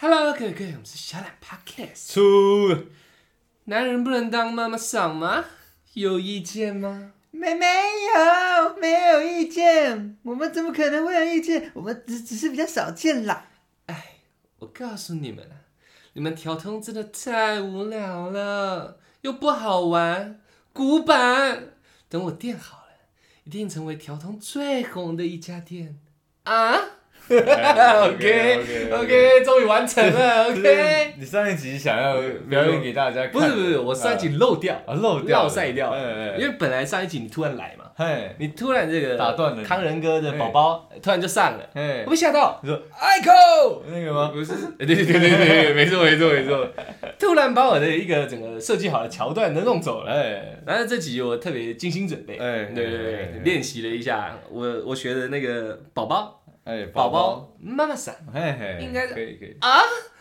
Hello，各位各位，我们是小懒 Podcast。出男人不能当妈妈桑吗？有意见吗？没没有没有意见，我们怎么可能会有意见？我们只只是比较少见啦。我告诉你们啊，你们调通真的太无聊了，又不好玩，古板。等我店好了，一定成为调通最红的一家店 啊 ！OK OK，终于完成了 OK。你上一集想要表演给大家看，不是不是，我上一集漏掉，啊漏掉了落晒掉了哎哎因为本来上一集你突然来嘛，嘿你突然这个打断了你康仁哥的宝宝突然就上了，嘿我，被吓到。你说 Ico，那个吗？哎不是，对对对对对，没错没错没错，突然把我的一个整个设计好的桥段都弄走了。哎，然后这集我特别精心准备，哎对对哎对哎，练习了一下我我学的那个宝宝哎，宝宝，宝妈妈伞，嘿嘿，应该是啊可以可以，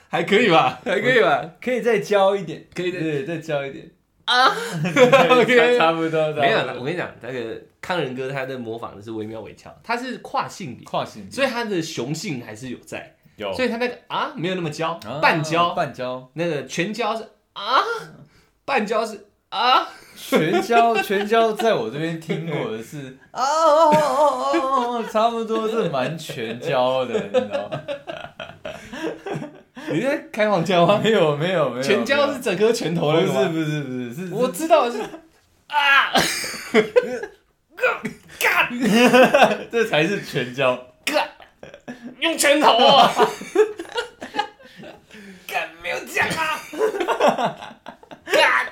还可以吧？还可以吧？可以再教一点，可以再对，再教一点 啊差，OK。差不多，没有差不了，多我跟你讲，那个康仁哥他在模仿的是惟妙惟肖，他是跨性别，跨性别所以他的雄性还是有在，有所以他那个啊没有那么娇啊，半娇，半焦，那个全焦是啊，半焦是啊，全焦全焦，在我这边听过的是哦哦哦哦哦，差不多是蛮全焦的，你知道吗？你在开黄腔吗？没有没有没有，全焦是整颗拳头不那是个吗不是不是是，我知道是 啊，干这才是全焦。干，用拳头啊， 干没有讲啊，干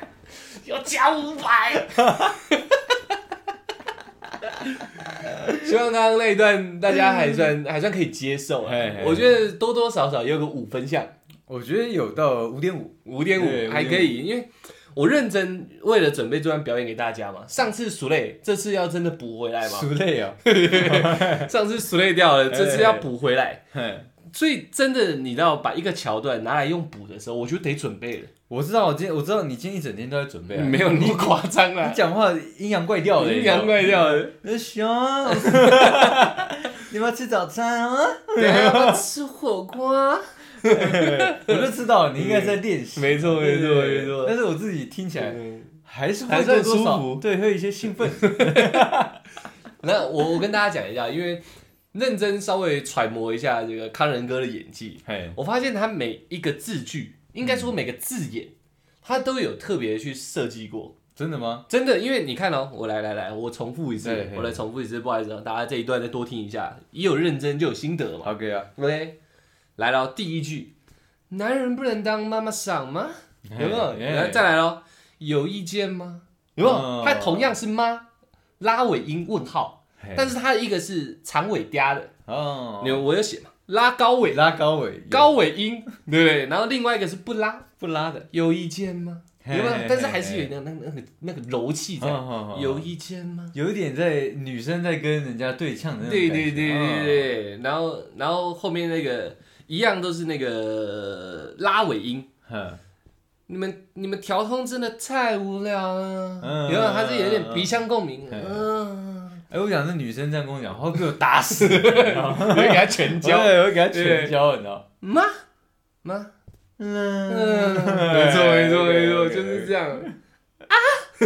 要加五百。希望刚刚那一段大家还算 还算可以接受啊嘿嘿，我觉得多多少少也有个五分项。我觉得有到五点五，五点对五还可以，因为我认真为了准备这段表演给大家嘛。上次熟累，这次要真的补回来嘛。熟累啊，上次熟累掉了，哎这次要补回来。嘿所以真的，你知道把一个桥段拿来用补的时候，我就得准备了。我知道，我今天我知道你今天一整天都在准备、啊，没有 那么夸张啦你，讲话阴阳怪调的，阴阳怪调的。呃熊，你们要吃早餐啊？对，要不要吃火锅啊。你知道吗，我就知道你应该在练习，没错没错对对没错但是我自己听起来还是还会算多舒多少服对，会有一些兴奋，那我我跟大家讲一下，因为认真稍微揣摩一下这个康仁哥的演技，嘿，我发现他每一个字句，应该说每个字眼，他都有特别去设计过。真的吗？真的，因为你看哦，我来来来，我重复一次对，我来重复一次，不好意思哦，大家这一段再多听一下，一有认真就有心得嘛。好给啊， OK，来了，哦第一句，男人不能当妈妈桑吗？有没有？嘿然后再来咯，有意见吗？有没有哦？它同样是妈，拉尾音问号，嘿但是它一个是长尾嗲的，哦，你我有写嘛，拉高尾拉高尾，高尾音，对不对？然后另外一个是不拉，不拉的，有意见吗？有嘿没嘿有？嘿但是还是有那那那个那个柔气在嗯嗯嗯。嗯有意见吗？有一点在女生在跟人家对呛的那种对感对觉对对哦对。然后然后后面那个一样都是那个拉尾音。哼你们你们调通真的太无聊了，嗯有没有？还是有点鼻腔共鸣，嗯嗯， 哎、我想是女生这样跟我讲，话，会被我 打死，你知道吗？我会给他全对， 我会给她全教，你知道吗？妈妈，嗯，嗯，没错没错没错， OK，OK，OK 就是这样啊， 不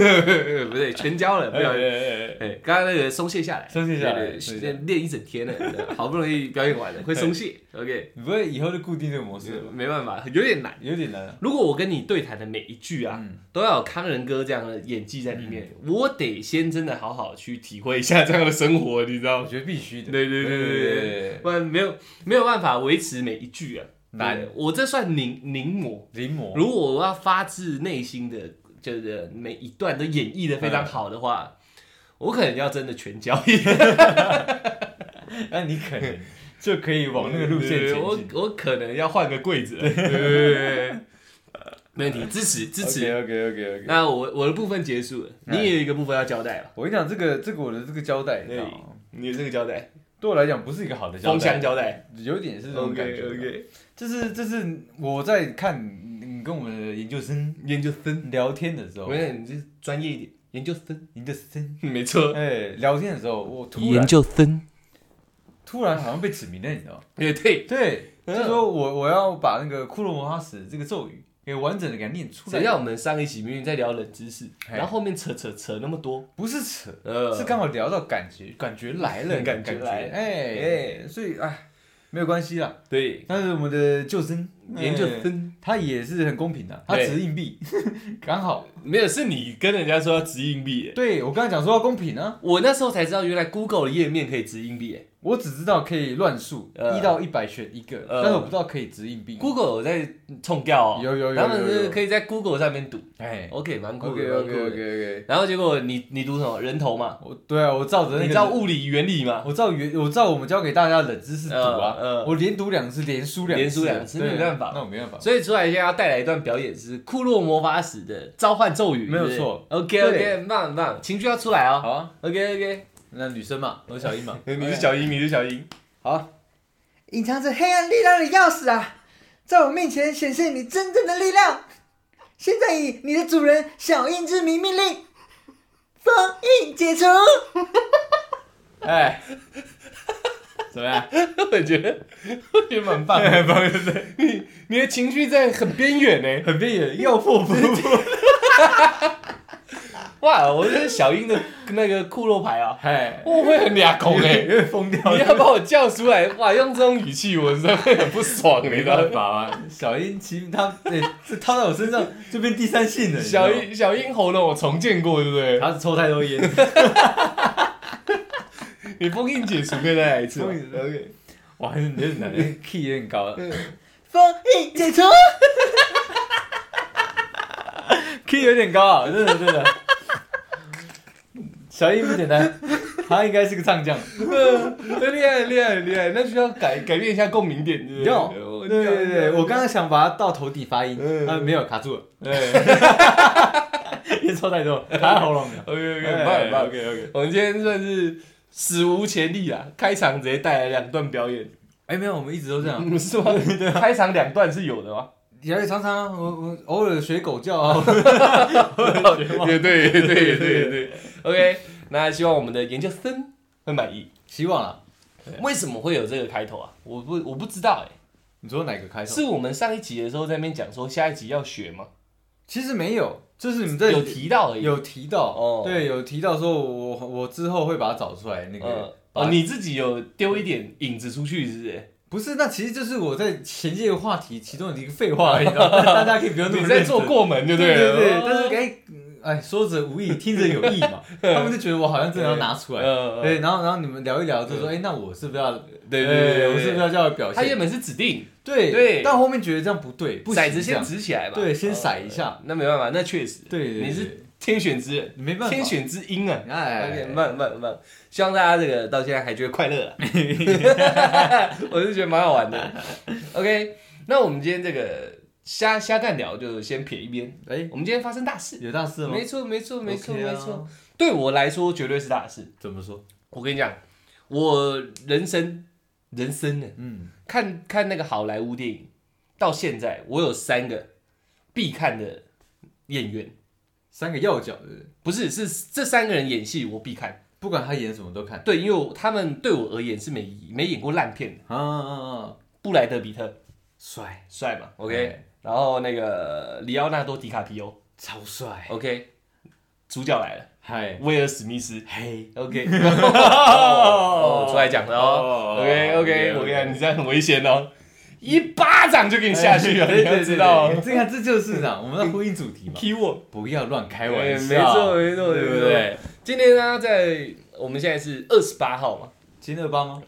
对，全教了，不哎 要哎哎哎，刚刚那个松懈下来，松懈下来对松对懈下来练练一整天了，你知道好不容易表演完了，会松懈。OK，哎你不会以后就固定这个模式了吧？没办法，有点难。有点难啊。如果我跟你对谈的每一句啊，嗯都要有康仁哥这样的演技在里面，我得先真的好好去体会一下这样的生活，你知道我吗？觉得必须的。对对对对对，对，不然没有没有办法维持每一句啊。难对，我这算临临摹。临摹，如果我要发自内心的，就是每一段都演绎的非常好的话，我可能要真的全教一遍。那你可能就可以往那个路线对前我进。我可能要换个柜子了。对对对对没问题，支持支持。 OK OK OK。那我我的部分结束了，你也有一个部分要交代吧？我跟你讲，这个这个我的这个胶带，你知对道吗？，哎你有这个交代，对我来讲不是一个好的胶封箱带，交代。嗯有点是这种 OK 感觉。 OK，就是就是我在看你跟我们的研究生研究生，聊天的时候我，跟你讲，你这专业一点，研究生，研究生嗯没错，哎聊天的时候，我突然究生，突然好像被指名了，你知道吗？对对，对，就说我我要把那个骷髅魔法使这个咒语给完整的给它念出谁来，让我们上一集明明在聊冷知识，嘿然后后面扯扯扯那么多，不是扯，呃，是刚好聊到感觉，感觉来了， 感感觉觉来嗯来，了哎哎，所以哎，没有关系啦。对，但是我们的救生研究哎生他也是很公平的，他嗯对只是硬币， 刚好。没有，是你跟人家说要掷硬币耶，对我刚才讲说要公平啊，我那时候才知道原来 Google 的页面可以掷硬币耶。我只知道可以乱数，呃一到一百选一个，呃但是我不知道可以掷硬币。 Google 有在冲掉哦，有有有他们有是有可以在 Google 上面赌哎，OK，蛮酷的， ，OK 蛮 OK 酷 OK 的。 OK，然后结果你你赌什么人头嘛？我对啊，我照着那个，你知道物理原理吗？我照原，我照我们教给大家的冷知识读啊，呃呃我连读两次，连输两次，连输两次对啊没办法那我没办法。所以出来现在要带来一段表演是库洛魔法使的召唤咒语，没有错 OK OK，对很棒很棒，情绪要出来哦。好啊， OK OK，，那女生嘛，我是小英嘛 OK 樱，你是小樱，好啊，隐藏着黑暗力量的钥匙啊，在我面前显现你真正的力量。现在以你的主人小印之名命令，封印解除。哎，怎么样？ 我觉得我觉得蛮 棒的，棒 你你的情绪在很边缘呢。很边缘，要破 不破？哇，我是小樱的那个库洛牌啊，哎，我会很俩有空 哎。点疯掉你要把我叫出来，哇！用这种语气，我真的会很不爽，你没知道办吗？法啊， 小英其实他哎，这套在我身上就变第三性了。小英，樱小樱喉咙我重建过，对不对？ 他是抽太多烟。你封印解除可以再来一次吗。 OK，哇，你这 男的 key 有点高啊了封印解除， ，key 有点高啊，真的真的。 小英不简 单，他应该是个唱将。很厉害，很厉害，很厉害。那需要改改变一下共鸣点，对不对要，我对对对，我刚刚想把它到头底发音嗯，啊，没有卡住了。 对，烟抽太多，卡在喉咙了。 OK OK，很棒很棒。 OK OK。我们今天算是史无前例啊！开场直接带来两段表演，哎，没有，我们一直都这样。嗯，是 吗？开场两段是有的吗？也也常常啊我我偶尔学狗叫啊， 偶尔学 猫也对，也对，也对，也 对。OK，那希望我们的研究生会满意。希望啊。为什么会有这个开头啊？我不我不知道哎、你说哪个开头？是我们上一集的时候在那边讲说下一集要学吗？其实没有，就是你们这有提到而已。有提到哦对，有提到说我我之后会把它找出来那个嗯，。把哦，你自己有丢一点影子出去是不 是？不是，那其实就是我在衔接的话题其中的一个 废话而已，你知道吗大家可以不用那么你在认真做过门就对对了。对哦，但是哎嗯哎，说者无意，听者有意 嘛，他们就觉得我好像真的要拿出来，呃，对，然后然后你们聊一聊，就说哎，那我是不是要呃对对对对我是不是要叫表他现原？本是指定对对但后面觉得这样不对，不行骰子这样先指起来吧，对先哦骰一下，那没办法，那确实，对对对你是天选之人，你没办法，天选之英啊。OK，哎，慢慢慢，希望大家这个到现在还觉得快乐啊，我是觉得蛮好玩的。OK，那我们今天这个瞎瞎干聊就先撇一边，哎，我们今天发生大事，有大事吗没？错没错没错 OK 啊没错，对我来说绝对是大事。怎么说？我跟你讲，我人生人生呢，嗯，看看那个好莱坞电影，到现在我有三个必看的演员，三个要角，对不对不是是这三个人演戏我必看。不管他演什么都看。对，因为我他们对我而言是没意义没演过烂片的。啊啊啊！布莱德比特帅，帅嘛，OK，、哎然后那个里奥纳多迪卡皮欧超帅， ，OK，主角来了，嗨，威尔史密斯嘿， ，OK，哦，哦出来讲了哦哦，OK OK， OK，OK 我跟你讲，你这样很危险哦，一巴掌就给你下去了，你哎对对要对，知道哦，这看这就是啊，我们在呼应 主题嘛，踢我。不要乱开哎玩笑，没错没错对没不错对？今天呢，在我们现在是二十八号嘛，金乐帮吗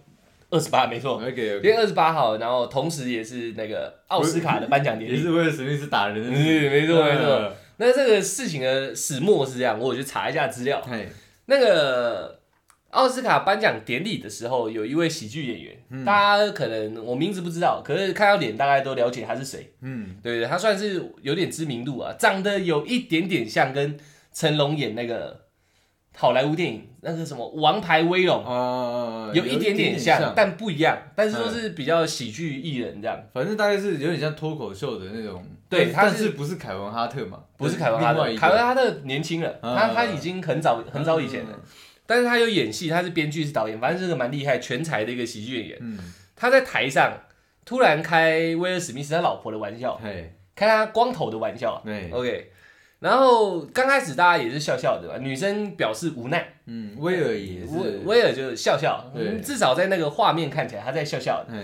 二十八没错，今？OK，天二十八号，然后同时也是那个奥斯卡的颁奖典也礼。是为了史密斯打人的事，嗯，没错没错。嗯，那这个事情的始末是这样，我有去查一下资料。嘿，那个奥斯卡颁奖典礼的时候，有一位喜剧演员，嗯大家可能我名字不知道，可是看到脸大概都了解他是谁。嗯，对对，他算是有点知名度啊，长得有一点点像跟成龙演那个好莱坞电影那个什么《王牌威龙》。哦，有一点点像，，嗯但不一样，但是都是比较喜剧艺人这样，反正大概是有点像脱口秀的那种，对但他是但是不是凯文哈特嘛？不是凯文哈另外特，一个凯文哈特年轻了，嗯他他已经很早很早以前啊了，，但是他有演戏，他是编剧是导演，反正是个蛮厉害全才的一个喜剧演员。嗯，他在台上突然开威尔史密斯他老婆的玩笑，嘿，开他光头的玩笑啊。对， OK，然后刚开始大家也是笑笑的吧，女生表示无奈，嗯，威尔也威是，威尔就笑笑，对嗯至少在那个画面看起来他在笑笑的。嘿，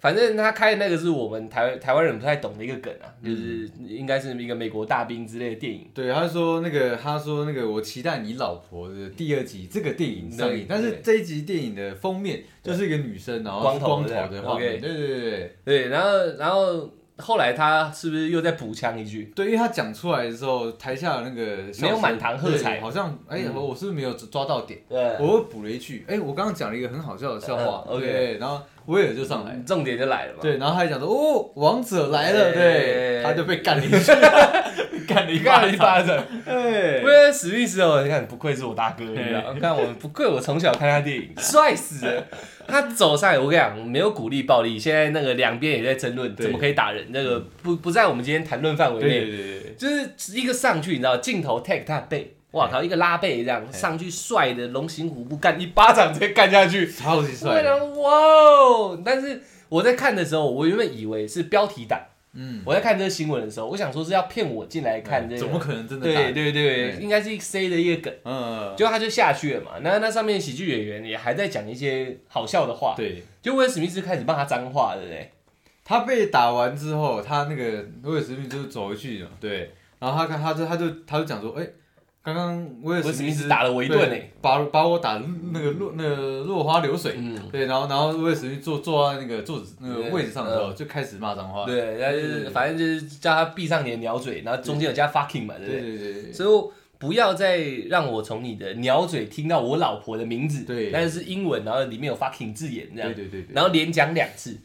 反正他开的那个是我们台台湾人不太懂的一个梗啊，就是应该是一个美国大兵之类的电影。对，他说那个，他说那个，我期待你老婆的第二集这个电影上对映，但是这一集电影的封面就是一个女生，然后光是头光头的的画面， OK 对对对对对，然后然后后来他是不是又再补枪一句？对，因为他讲出来的时候，台下的那个笑没有声满堂喝对彩好像哎，嗯我是不是没有抓到点？对，我又补了一句，哎，我刚刚讲了一个很好笑的笑话嗯，OK 呃嗯对，然后威尔就上来了。重点就来了嘛。对，然后他还讲说，哦，王者来了，对对，他就被干了一下，被干了一干了一巴掌，对，威尔史密斯哦，你看不愧是我大哥，你知 道？看我不愧我从小看他电影，帅死了。他走上来，我跟你讲，没有鼓励暴力，现在那个两边也在争论对怎么可以打人，那个不不在我们今天谈论范围对对内。对对，就是一个上去，你知道，镜头 take 他的背，哇靠，一个拉背这样上去，帅的龙行虎步干一巴掌直接干下去，超级 我帅的，想哇哦！但是我在看的时候，我原本以为是标题党，嗯，我在看这个新闻的时候，我想说是要骗我进来看这个，怎么可能真的打对？对对，对应该是 C 的一个梗，嗯，就他就下去了嘛。那那上面喜剧演员也还在讲一些好笑的话，对就威尔史密斯开始骂脏话，对不对？他被打完之后，他那个威尔史密斯就走回去了，对，然后他看他就他就他就讲说，哎、刚刚威尔威尔史史密密斯斯打了我一顿对呢，把把我打得那个落那个落花流水，嗯，对，然后然后威尔史密斯坐坐在那个桌子那对嗯个位置上的时候，就开始骂脏话，对，然后就是对反正就是叫他闭上你的鸟嘴，然后中间有加 fucking 嘛，对不对对？对对对，所以我不要再让我从你的鸟嘴听到我老婆的名字，对但是英文，然后里面有 fucking 字眼这样对，对对对，然后连讲两次，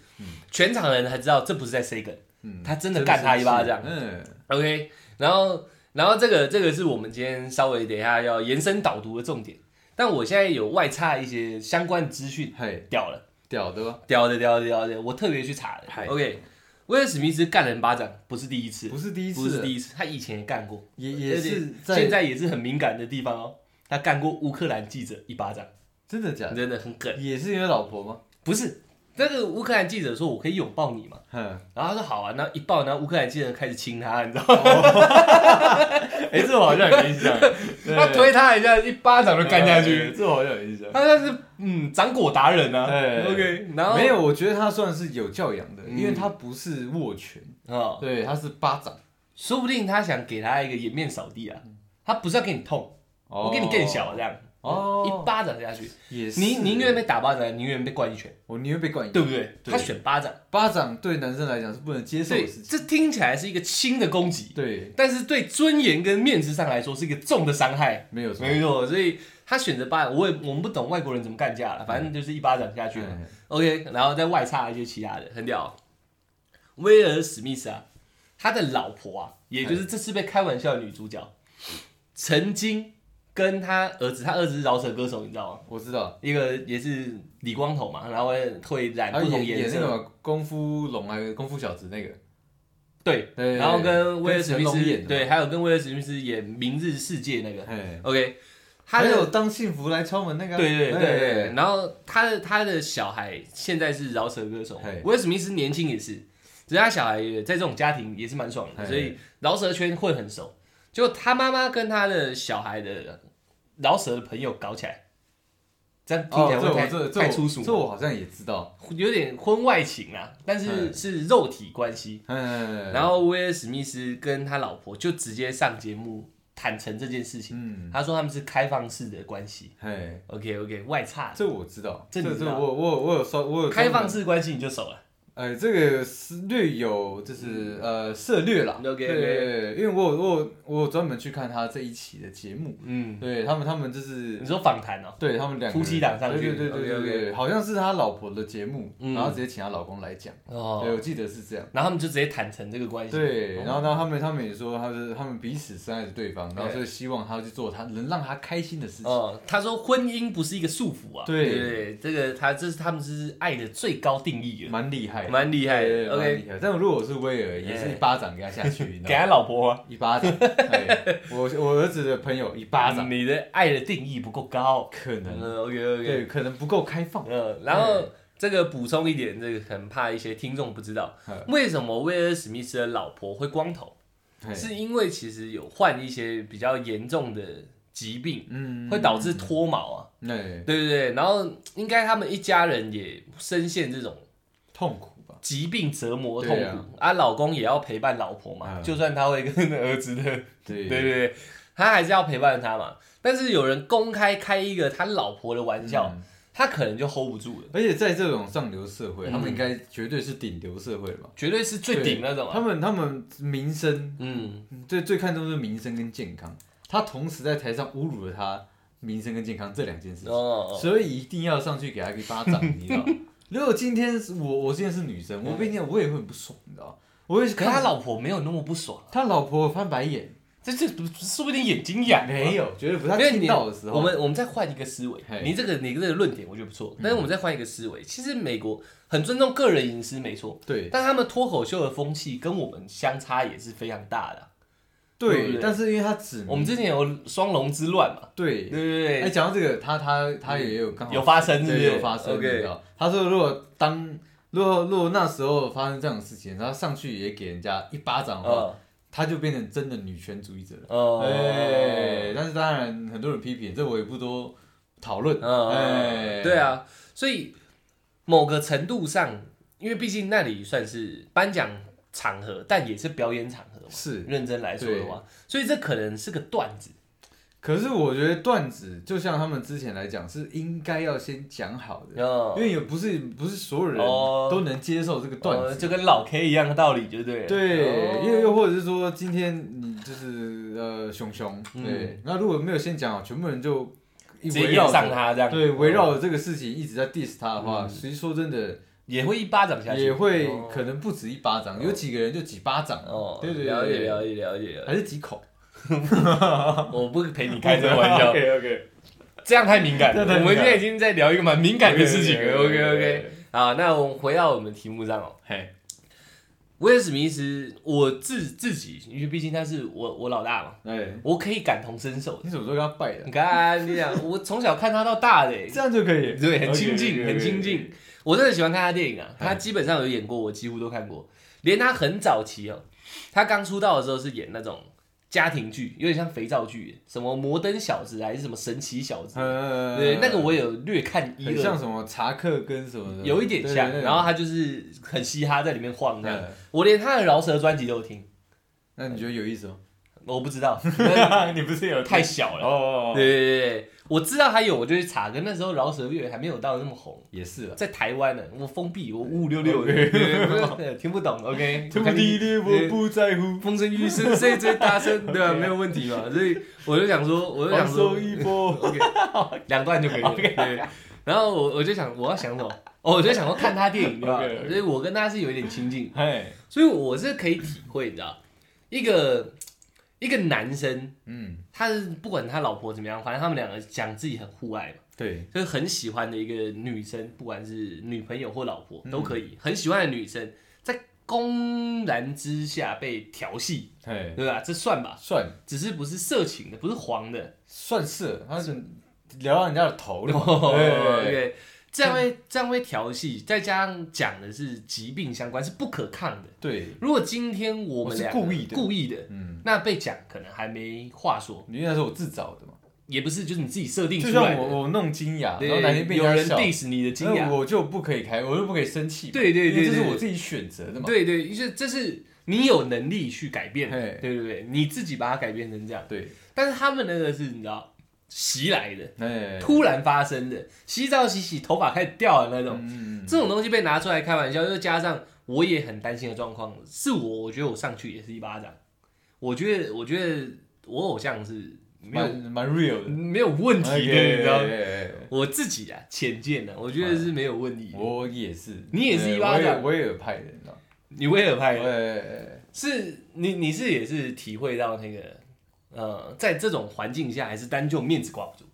全场人才知道这不是在 say 梗。嗯他真的干他一巴掌真的生气 OK，然后然后这个这个是我们今天稍微等一下要延伸导读的重点，但我现在有外插一些相关的资讯嗯，，嘿，屌了，屌的吧？屌的屌的屌的，我特别去查嗨的。OK，威尔史密斯干人巴掌不是第一次不，是第一次，不是第一次，他以前也干过，也也是而且现在在也是很敏感的地方哦。他干过乌克兰记者一巴掌，真的假的？真的很梗。也是因为老婆吗？不是那个乌克兰记者说：“我可以拥抱你嘛 哼，？”然后他说：“好啊。”那一抱，然后乌克兰记者开始亲他，你知道吗？哎、这我好像有印 象，他 推他一下，一巴掌就干下去。这我好像有印象。他那是嗯掌果达人啊哎，OK，然后没有，我觉得他算是有教养的，嗯因为他不是握拳，啊，对，他是巴掌。说不定他想给他一个颜面扫地啊，他不是要给你痛，我给你更小这样，哦，一巴掌下去，也是。你宁愿被打巴掌，宁愿被灌一拳，我宁愿被灌一对不对？对他选巴掌，巴掌，对男生来讲是不能接受所以的事情。这听起来是一个轻的攻击，对，但是对尊严跟面子上来说是一个重的伤害。没有 错。没错，所以他选择巴掌，我也我们不懂外国人怎么干架了，反正就是一巴掌下去嘛。嗯 OK，然后再外插一些其他的，很屌哦。威尔史密斯啊，他的老婆啊，也就是这次被开玩笑的女主角，曾经跟他儿子，他儿子是饶舌歌手，你知道吗？我知道，一个也是理光头嘛，然后会染他哎不同演颜演那色，个嘛功夫龙还是功夫小子那个，对，对然后跟威尔史密跟成龙演斯的嘛对，还有跟威尔史密斯演《明日世界》那个嘿， ，OK，他还的有当幸福来敲门那个啊，对对对对嘿对，，然后他的他的小孩现在是饶舌歌手嘿，威尔史密斯年轻也是，只是他小孩也在这种家庭也是蛮爽的，嘿所以饶舌圈混很熟。结果他妈妈跟他的小孩的饶舌的朋友搞起来，这样听哦，起来这会我太、这这太我粗俗这吗，我好像也知道，有点婚外情啦，但是嗯是肉体关系。嗯，然后威尔史密斯跟他老婆就直接上节目坦诚这件事情，嗯，他说他们是开放式的关系。嘿， OK OK，外差这我知道，这这你知这道我我我有说，我有开专门放式关系你就熟了。呃，这个是略有就是呃涉略啦。嗯 OK，OK 对对对，因为我有我有我有专门去看他这一期的节目，嗯，对他们他们就是你说访谈哦，对他们两个夫妻档上去对对对对对 OK，OK 对好像是他老婆的节目，嗯然后直接请她老公来讲，对哦，我记得是这样。然后他们就直接坦诚这个关系，对，哦然后呢，他们他们也说，他是他们彼此深爱着对方，然后对就希望他去做他能让他开心的事情。哦，他说婚姻不是一个束缚啊，对对对，这个他这是他们是爱的最高定义了，蛮厉害的，蛮厉害对对的蛮，OK，哎厉害的。但如果我是威尔，也是一巴掌给他下去，你知道 给吗他老婆啊一巴 掌。哎我我儿子的朋友一巴啊掌，你的爱的定义不够高，可能嗯，OK OK，对，可能不够开放。嗯，然后这个补充一点，这个很怕一些听众不知道嗯，为什么威尔史密斯的老婆会光头？嘿是因为其实有患一些比较严重的疾病，嗯哎会导致脱毛啊，那对对对。然后应该他们一家人也深陷这种痛苦吧？疾病折磨痛对啊苦啊，老公也要陪伴老婆嘛，嗯就算他会跟儿 子的对对对对，他还是要陪伴他嘛。但是有人公开开一个他老婆的玩笑，嗯他可能就 hold 不住了，而且在这种上流社会，嗯他们应该绝对是顶流社会吧？绝对是最顶那种他啊。们他们民生嗯，最最看重是民生跟健康，他同时在台上侮辱了他民生跟健康这两件事情，哦，所以一定要上去给他一巴 掌，你知道？如果今天是我我今天是女生，我被你讲我也会很不爽，你知道？我会可看他老婆没有那么不爽，他老婆翻白眼，这这说不定眼睛痒啊。没有，绝对不是因他为听你到的时候，我们我们再换一个思维嘿，你这个你这个论点我觉得不错，但是我们再换一个思维，其实美国很尊重个人隐私，没错，对但他们脱口秀的风气跟我们相差也是非常大的啊。对不对，对但是因为他只我们之前有双龙之乱嘛，对嗯对对哎、对，讲到这个，他他他也有刚好有发生是不对是有发生 OK 你知道？他说如果当如果如果那时候发生这种事情，然后上去也给人家一巴掌的话，嗯他就变成真的女权主义者了。哎、哦，哎但是当然很多人批评，这我也不多讨论。嗯，哎、对，啊，所以某个程度上，因为毕竟那里算是颁奖场合，但也是表演场合嘛。是。认真来说的话，所以这可能是个段子。可是我觉得段子就像他们之前来讲，是应该要先讲好的，因嗯，为也不是不是所有人哦都能接受这个段子呃，。就跟老 K 一样的道理，就对了。对，哦又又或者是说，今天你就是呃熊熊，嗯对，那如果没有先讲好，全部人就直围接演绕着上他这样，对嗯围绕着这个事情一直在 diss 他的话，嗯其实说真的也会一巴掌下去，也会哦可能不止一巴掌，有几个人就几巴掌，哦，对对了解对，了解了 解，了还是几口，解我不陪你开这个玩 笑， OK OK，这样太敏感了。这样太我们敏感现在已经在聊一个蛮敏感的事情了。OK OK， OK，好，那我们回到我们题目上哦。嘿，威尔史密斯，我自自己，因为毕竟他是我我老大嘛，哎，我可以感同身受。你什么时候跟他拜的你？看，你想，我从小看他到大的、欸，这样就可以，对，很亲近， OK，OK，OK，很亲近。我真的喜欢看他电影啊，他嗯基本上有演过，我几乎都看过。连他很早期哦，他刚出道的时候是演那种家庭剧，有点像肥皂剧，什么《摩登小子》还是什么《神奇小子》呃，对，那个我有略看一很像二，什么查克跟什么的，有一点像。对然后他就是很嘻哈，在里面晃这样。嗯我连他的饶舌专辑都有听。那你觉得有意思吗？我不知 道，你不是有太小了。哦对对对对，我知道他有，我就去查。跟那时候饶舌乐还没有到那么红，也是啊，在台湾呢，我封闭，我五五六六的，对对对听不懂。OK，土地的我不在乎，风声雨声，谁最大声？对吧？没有问题嘛。所以我就想说，我就放想说手，一搏。 OK，两段就可以了。对，然后我我就想，我要想什么？哦，我就想说看他电影，对吧？ OK，OK 所以我跟他是有一点亲近。哎，所以我是可以体会，你知道，一个一个男生，嗯，他是不管他老婆怎么样，反正他们两个讲自己很互爱嘛，对，就是很喜欢的一个女生，不管是女朋友或老婆嗯都可以，很喜欢的女生，在公然之下被调戏，哎，对吧？这算吧，算只是不是色情的，不是黄的，算是，他是聊到人家的头了嘛。哎哦 对，这样会这样会调戏，再加上讲的是疾病相关，是不可抗的。对，如果今天我我们哦是两个故意的故意的，嗯，那被讲可能还没话说，因为那是我自找的嘛，也不是就是你自己设定就出像来我的。我弄金牙，然后哪对，天被有人笑， diss 你的惊那讶，我就不可以开，我就不可以生气嘛。对对对因为这对是我自己选择的嘛。对对，就是这是你有能力去改变的，嘿对对对，你自己把它改变成这样。对，但是他们那个是你知道袭来的，哎，突然发生的，洗澡洗洗头发开始掉的那种，嗯，这种东西被拿出来开玩笑，又加上我也很担心的状况，是我我觉得我上去也是一巴掌，我觉得我觉得我偶像是没蛮有蛮 real 的，没有问题的，哎你知道吗？哎哎哎哎我自己啊，浅见呢、我觉得是没有问题的。我也是，你也是一巴哎对掌我也我也有派啊哎的，你知道吗。你威尔派的对，是你，你是也是体会到那个，呃，在这种环境下，还是单就面子挂不住。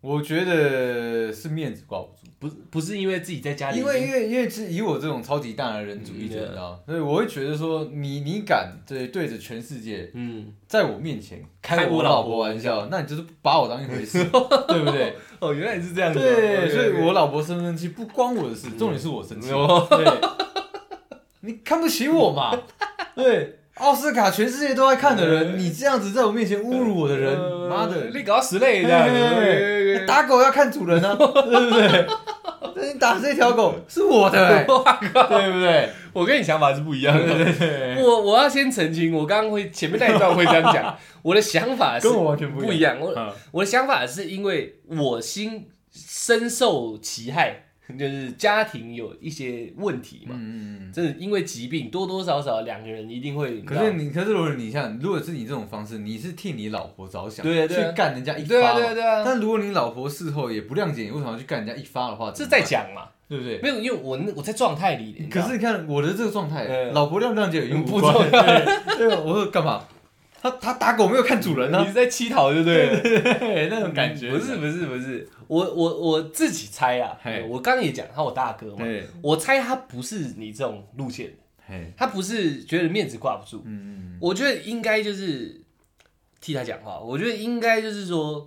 我觉得是面子挂不住，不不是因为自己在家里，因为因为因为是以我这种超级大男人主义者，嗯你知道吗，所以我会觉得说你你敢对对着全世界嗯，在我面前开开我我老老婆婆玩笑，那你就是不把我当一回事，对不对？ 哦，原来是这样子哦，对， OK，OK 所以我老婆生不生气不关我的事，重点是我生气。嗯哦对， 你看不起 我嘛？对，奥斯卡全世界都在看的人，你这样子在我面前侮辱我的人，呃妈的！你搞死嘞这样子嘿，OK，OK，OK，打狗要看主人 啊，对不对？那你打这条狗是我的、 欸，对不对？我跟你想法是不一样的。 对对我我要先澄清，我刚刚会前面那一段会这样 讲，我的想法是跟我完全不一样不一样。我嗯我的想法是因为我心深受其害，就是家庭有一些问题嘛，嗯，真的因为疾病多多少少两个人一定会。可是你，可是如果你像，如果是你这种方式，你是替你老婆着想，对啊对啊去干人家一发对嘛，啊对啊对啊但如果你老婆事后也不谅解你为什么要去干人家一发的话，这怎在么办，讲嘛，对不对？没有，因为我那我在状态里，你知可道是你看我的这个状态，嗯老婆谅不谅解已经不无关重 对对， 我说干嘛？他他打狗没有看主人你啊，是在乞讨，对不对？ 对那种感觉不是，不是不是，我我我自己猜啊嘿，我刚刚也讲他我大哥嘛，对，我猜他不是你这种路线的，嘿，他不是觉得面子挂不住，嗯，我觉得应该就是替他讲话，我觉得应该就是说，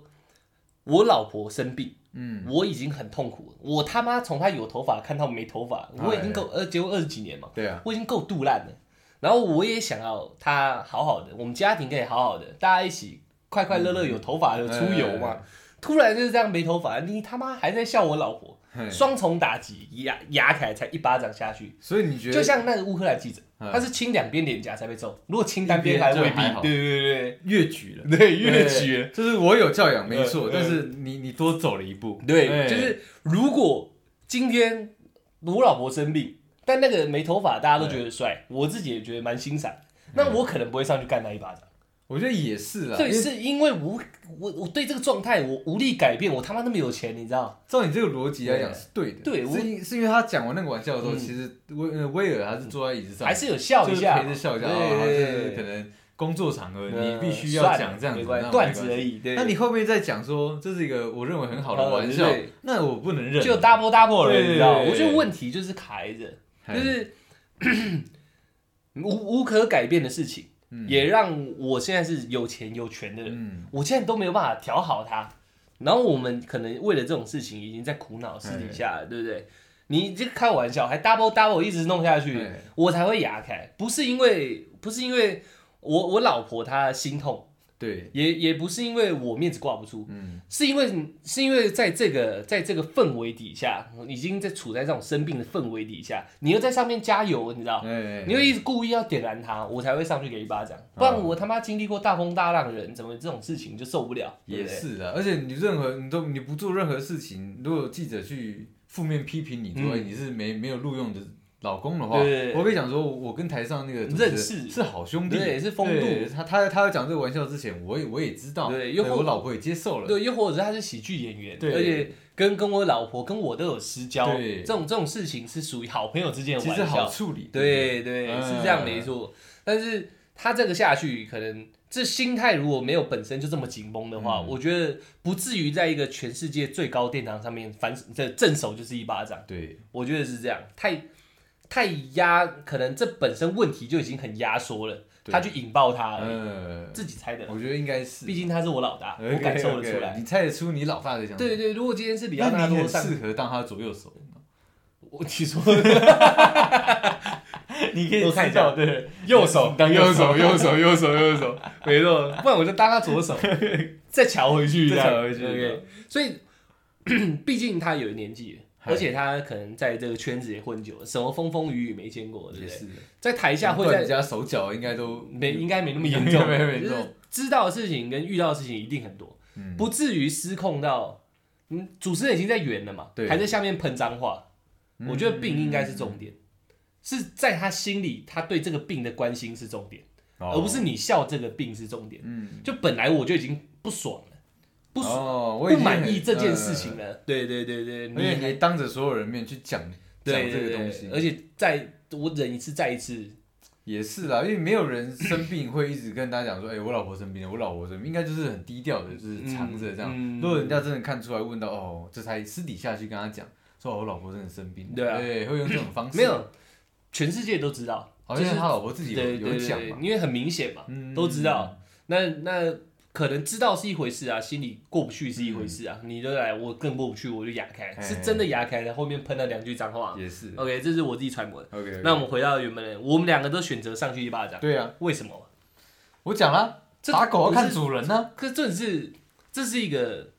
我老婆生病，嗯，我已经很痛苦了，我他妈从她有头发看到没头啊发，我已经够呃结婚二十几年嘛，对啊，我已经够肚烂了，然后我也想要她好好的，我们家庭可以好好的，大家一起快快乐乐，有头发有出游哎嘛。突然就是这样没头发，你他妈还在笑我老婆，嘿双重打击，牙牙凯才一巴掌下去，所以你觉得就像那个乌克兰记者，嗯他是亲两边脸颊才被揍，如果亲单边还未一必边就还。好对越举了，对对对，越对绝。就是我有教养没嗯错嗯，但是你你多走了一步，对，就是如果今天我老婆生病，但那个没头发大家都觉得哎帅，我自己也觉得蛮欣赏，那我可能不会上去干他一巴掌。我觉得也是啦，对，啊因为是因为无我我对这个状态我无力改变，我他妈那么有钱，你知道？照你这个逻辑来讲对是对的，对我是因是因为他讲完那个玩笑的时候，嗯其实威呃威尔还是坐在椅子上，还是有笑一啊就是下，陪着笑一下，哦，好就是对，可能工作场合呃你必须要算了讲这样没子关那系没段关子而系。已。对那你后面再讲说这是一个我认为很好的呃玩笑对，那我不能认，就 double double 了，对你知道吗？对我觉得问题就是卡着，嘿就是 无无可改变的事情，嗯也让我现在是有钱有权的人，嗯，我现在都没有办法调好它。然后我们可能为了这种事情已经在苦恼私底下了，对不对？你这开玩笑还 double double 一直弄下去哎，我才会牙开，不是因为不是因为我我老婆她心痛，对，也也不是因为我面子挂不住，嗯是因为是因为在这个在这个氛围底下，已经在处在这种生病的氛围底下，你又在上面加油，你知道，哎，你又一直故意要点燃他，我才会上去给一巴嗯掌，不然我他妈经历过大风大浪的人，怎么这种事情就受不了？对也不对，是的，而且你任何你都你不做任何事情，如果有记者去负面批评你说嗯哎你是没没有录用的老公的话，对我可以讲说，我跟台上那个主持人认识是好兄弟，对是风度对他他他要讲这个玩笑之前，我也我也知道，对又或我老婆也接受了，对，又或者是他是喜剧演员，对而且跟跟我老婆跟我都有私交，对这种这种事情是属于好朋友之间的其玩实笑，好处理，对对，嗯是这样没错。但是他这个下去，可能这心态如果没有本身就这么紧绷的话，嗯我觉得不至于在一个全世界最高殿堂上面反这正手就是一巴掌。对，我觉得是这样，太太压，可能这本身问题就已经很压缩了，对他去引爆他而已，呃，自己猜的啦。我觉得应该是毕，竟他是我老大， OK，我感受得 OK，出来。你猜得出你老爸在想什么，对对，如果今天是里奥那纳你多很上，适合当他左右手，我你说你可我看一下对，右手当右手，右手，右手，右手，没错，不然我就搭他左手，再瞧回去，再这样瞧回去 OK，所以，毕竟他有年纪了，嗨而且他可能在这个圈子也混久了，什么风风雨雨没见过，对也不对？是，在台下会断人在家手脚应该都没应该没那么严重，哦没没没就严重是知道的事情跟遇到的事情一定很多，嗯不至于失控到，嗯，主持人已经在圆了嘛，对嗯还在下面喷脏话，我觉得病应该是重点，是在他心里，他对这个病的关心是重点。哦而不是你笑这个病是重点。嗯就本来我就已经不爽了，不爽、哦，我已不经满很意这件事情，了。对对对对，呃你而且还你还当着所有人面去讲讲对这对个对东西，而且再我忍一次再一次也是啦，因为没有人生病会一直跟大家讲说，哎、我老婆生病了，我老婆生病，应该就是很低调的，就是藏着这样。嗯嗯如果人家真的看出来，问到哦，这才私底下去跟他讲，说、哦我老婆真的生病了，对啊会用这种方式。没，有，全世界都知道，好就像是是他老婆自己有对对有对讲对嘛，因为很明显嘛，嗯都知道。那那可能知道是一回事啊，心里过不去是一回事啊，你就来，我更过不去，我就哑开，哎是真的哑开了，后面喷了两句脏话。也是。 OK，这是我自己揣摩的。 OK，, 呃那我们回到原本的，我们两个都选择上去一巴掌，对啊，为什么？我讲啦，这打狗要不看是主人呢、可是这是这是一个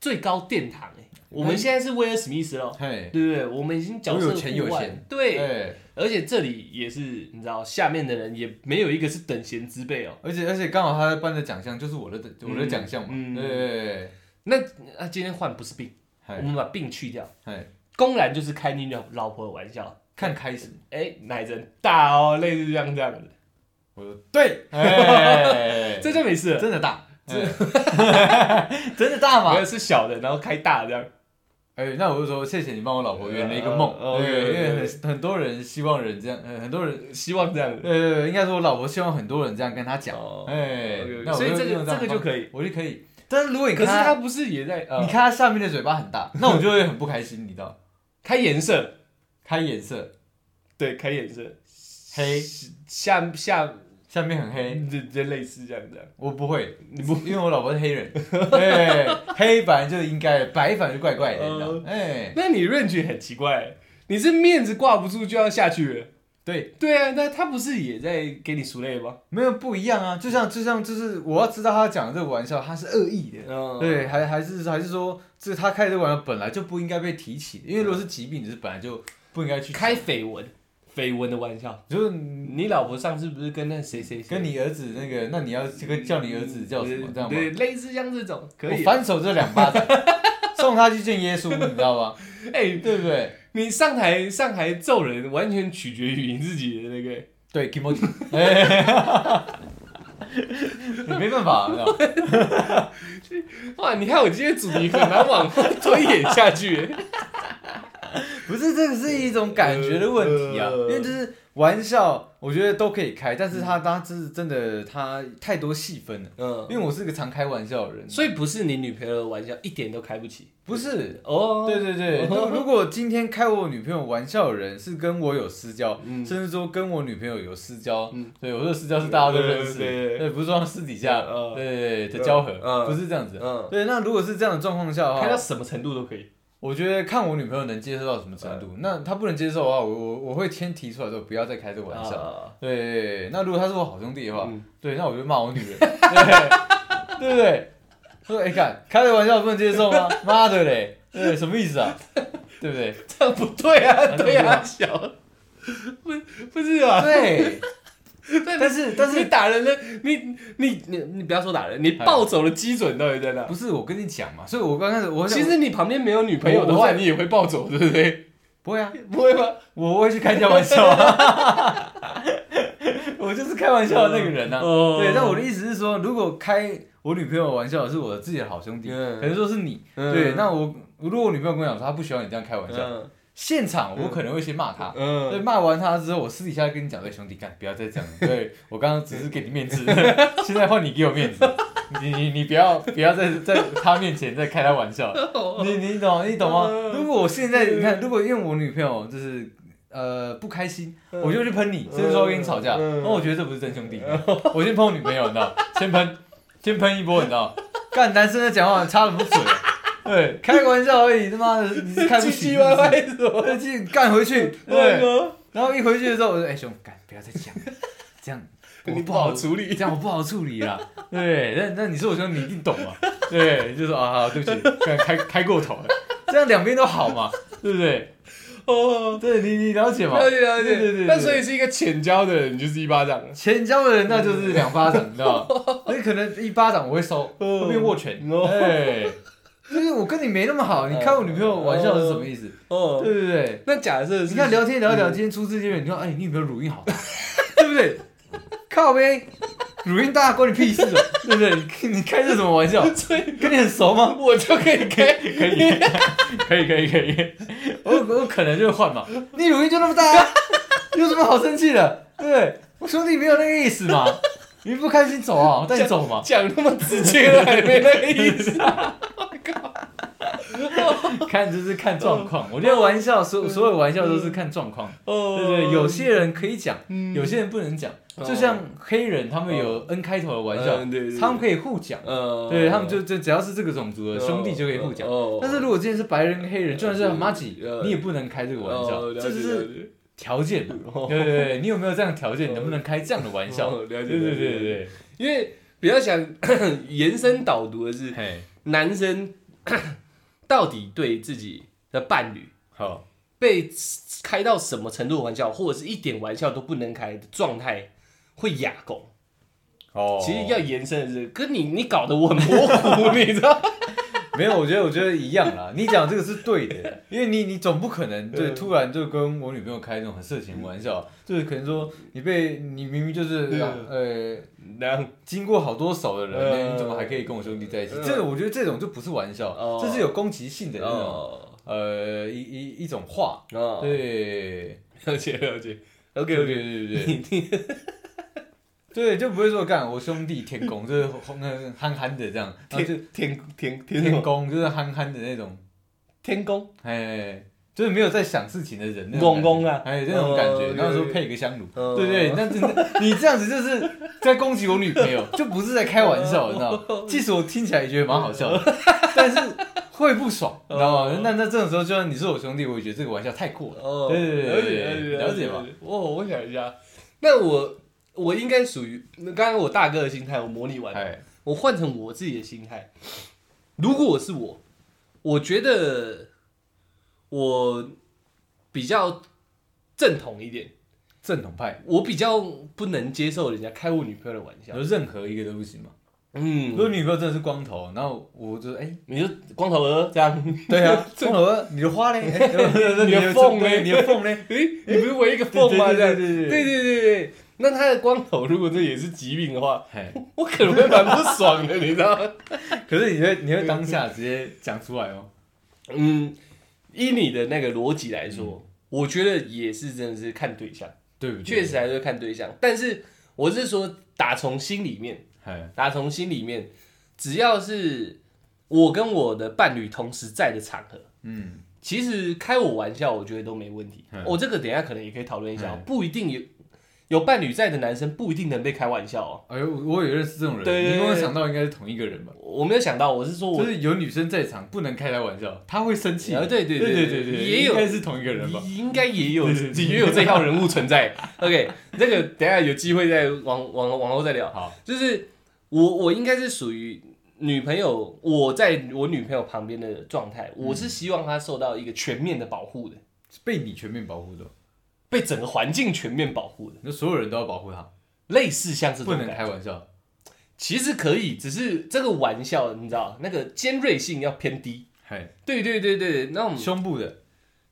最高殿堂哎、我哎们现在是威尔史密斯喽，嘿，对不对？我们已经角我色有钱有互换闲对，哎而且这里也是，你知道，下面的人也没有一个是等闲之辈哦。而且而且刚好他在颁的奖项就是我的我的奖项嘛，嗯嗯对，那啊，今天换不是病，我嗨们把病去掉，嗨，公然就是开你老老婆的玩笑。看开始，哎，奶人大哦，类似这样这样的，我说对，哎，这就没事了。 真的大，这 真的大没嘛有？是小的，然后开大这样。 哎，那我就说谢谢你帮我老婆圆了一个梦，呃呃对，呃因为呃很很多人希望人这样，呃很多人，希望这样的。呃，应该说我老婆希望很多人这样跟她讲，哦哎 OK，OK，那我所以就这用个这这个样的就方可以。我就可以，但是如果你可是看她他不是也在呃你看她下面的嘴巴 很大，那我就会很不开心，你知道，开颜色，开颜色对，开颜色，黑，下下嗯下面很黑，这这类似这样这样。我不会。你不 因为我老婆是 黑人，对，黑反正就应该，白反正就怪怪嗯的，你知道吗？哎、那你 range 很奇怪，欸你是面子挂不住就要下去了。对，对啊，那他不是也在给你熟累吗？没有不一样啊，就像就像就是我要知道他讲的这个玩笑，他是恶意的，嗯，对，还还是还是说这他开这个玩笑本来就不应该被提起，因为如果是疾病，你是本来就不应该去开，绯闻，绯闻的玩笑。就是你老婆上次不是跟那谁谁谁跟你儿子那个，那你要这个叫你儿子叫什么这样吗？嗯对，类似像这种可我以。啊反手这两 巴掌，送他去见耶稣，你知道吗？哎，对不对？你上台上台揍人，完全取决于你自己的那个。对 k i m o j i 哎， 你没办法，你知道吗哇，你看我今天主题很难往后推演下去。欸不是，这个是一种感觉的问题啊，呃因为就是玩笑，我觉得都可以开，但是他他真是真的他太多细分了， 嗯，因为我是个常开玩笑的人，所以以不是你女朋友的玩笑一点都开不起。不是。哦，对对对， 哦如如果今天开我女朋友玩笑的人是跟我有私交，嗯甚至说跟我女朋友有私交，嗯对我说私交是大家都认识，对对对对，不是说私底下，嗯对对对的嗯交合，嗯不是这样子。嗯，对，那如果是这样的状况下的话，开到什么程度都可以。我觉得看我女朋友能接受到什么程嗯度，那她不能接受的话，我我我会先提出来说不要再开这个玩笑。啊对，那如果她是我好兄弟的话，嗯对，那我就骂我女人，对对不对？说哎，干、开这个玩笑不能接受吗？妈的嘞，对，什么意思啊？对不对？ 这样不对啊，这样不对对啊，吗小，不不是啊， 对，但但是哎但你是打人了，你你你你不要说打人，你暴走的基准到底在哪？不是我跟你讲嘛？所以我刚开始我想其实你旁边没有女朋友的我我话，在你也会暴走，对不对？不会啊， 不会吗？我我会去开人家玩笑啊， 我就是开玩笑的那个人啊。哦对，但我的意思是说，如果开我女朋友玩笑的是我自己的好兄弟，嗯可能说是你，嗯对，那我如果我女朋友跟我讲说她不喜欢你这样开玩笑，嗯现场我可能会先骂她。对，嗯，骂完她之后，我私底下跟你讲，对兄弟，干不要再 讲了。对我刚刚只是给你面子， 现在换你给我面子，你你你不要不要在 在她面前再开她玩笑，你你懂你懂吗？哦嗯如果我现在你看，如果因为我女朋友就是呃不开心，嗯我就去喷你，甚至说跟你吵架，嗯然后我觉得这不是真兄弟，我先喷我女朋友，你知道，先喷，先喷一波，你知道，干男生在讲话插什么嘴啊？对，开个玩笑而已，他 妈的你是开不唧起，唧歪歪嗯什么？再去干 回去， 对，对，然后一回去的时候，我说哎兄，干不要再讲， 这样我你不好处理这样我不好处理啦。对，那那你说我兄弟，你一定懂 嘛？对，就说啊，好对不起，开开开过头了，这样两边都好嘛，对不对？哦，对你你了解吗？了解了对对解对。那所对以嗯是一个浅交的人，你就是一巴掌。前交的人那就是两巴掌，你知 道吗？那可能一巴掌我会收，嗯会变握拳。哦哎，就是我跟你没那么好，你开我女朋友玩笑是什么意思？对哦，嗯对对，那假设是你看聊天聊一聊，今天初次见面，你说哎，你女朋友乳晕好大， 对不对？靠呗，乳晕大关你屁事哦， 对不对？你你开这什么玩笑？ 所以跟你很熟吗？我就可以开， 可以，可以，可以，可以。 我我可能就换嘛。你乳晕就那么大、啊，有什么好生气的？对不对，我兄弟没有那个意思嘛，你不开心走啊，我带你 走嘛。讲那么直接了，还没那个意思。看就是看状况，我觉得玩笑嗯所所有玩笑都是看状况，哦 对不对？有些人可以讲，嗯有些人不能讲。哦就像黑人他们有 N 开头的玩笑嗯对对对，他们可以互讲，呃，对他们就就只要是这个种族的哦兄弟就可以互讲。哦但是如果今天是白人跟黑人，就算是呃很妈吉呃，你也不能开这个玩笑，哦了这解就是了解条件嘛。哦对对对，你有没有这样的条件？哦能不能开这样的玩笑？哦了对解对对了解对对，因为比较想 延伸导读的是 对，嘿，男生到底对自己的伴侣好，被开到什么程度的玩笑，或者是一点玩笑都不能开的状态，会哑狗。哦，其实要延伸的是，跟你你搞得我很模糊，你 知道？没有，我觉得我觉得一样啦。你讲这个是对的，因为你你总不可能对嗯突然就跟我女朋友开那种很色情的玩笑，就是可能说你被你明明就是呃然后经过好多手的人，嗯你怎么还可以跟我兄弟在一起？嗯这个我觉得这种就不是玩笑哦，这是有攻击性的那种哦呃一一一种话。哦，对了解了解，OK 对 OK，对 对对对，对就不会说干我兄弟天 公就是红红憨憨的这样，然后就天天天天什天么公就是憨憨的那种。天宫哎，就是没有在想事情的人，那公种公啊感觉， 哎，那种感觉，哦然后说配个香炉，哦对不对？那真的，你这样子就是在攻击我女朋友， 就不是在开玩笑，你知道吗？即使我听起来也觉得蛮好笑 的，但是会不爽，你知道吗哦？那那这种时候，就算你是我兄弟，我也觉得这个玩笑太过了。哦，对对对对对了解了解吧？哦，我想一下，那我我应该属于那刚刚我大哥的心态，我模拟完了，哎，我换成我自己的心态。如果我是我，我觉得我比较正统一点，正统派，我比较不能接受人家开我女朋友的玩然笑。后任何一个都不行嘛。如嗯，果女朋友真的是光头，然后我就哎，你就光头鹅这样，对 啊，光头，你的花嘞， 哎你你的缝嘞你的缝嘞，诶，你不是围一个缝吗？这样，对对对对对对对对。那他的光头如果这也是疾病的话， 哎。我可能会蛮不爽的，你知道 吗？可是你会你会当下直接讲出来哦。嗯，依你的那个逻辑来说，嗯我觉得也是真的是看对象，对不对？确实，还是看对象。但是我是说，打从心里面，哎，打从心里面，只要是我跟我的伴侣同时在的场合，嗯，其实开我玩笑，我觉得都没问题。嗯我、这个等一下可能也可以讨论一下哦，嗯不一定有有伴侣在的男生不一定能被开玩笑哦。哎呦，我也认识这种人，对对对你跟我想到应该是同一个人吧？我没有想到，我是说我就是有女生在场不能开他玩笑，他会生气。啊对对对对对对对，也有应该是同一个人吧？应该也有 对对对也有这号人物存在。OK，这个等一下有机会再往往往后再聊。好，就是我我应该是属于女朋友，我在我女朋友旁边的状态，嗯我是希望她受到一个全面的保护的，被你全面保护的，被整个环境全面保护的，那所有人都要保护他，类似像这不种能感开玩笑。其实可以，只是这个玩笑你知道，那个尖锐性要偏低。嘿，对对对对，那我们胸部的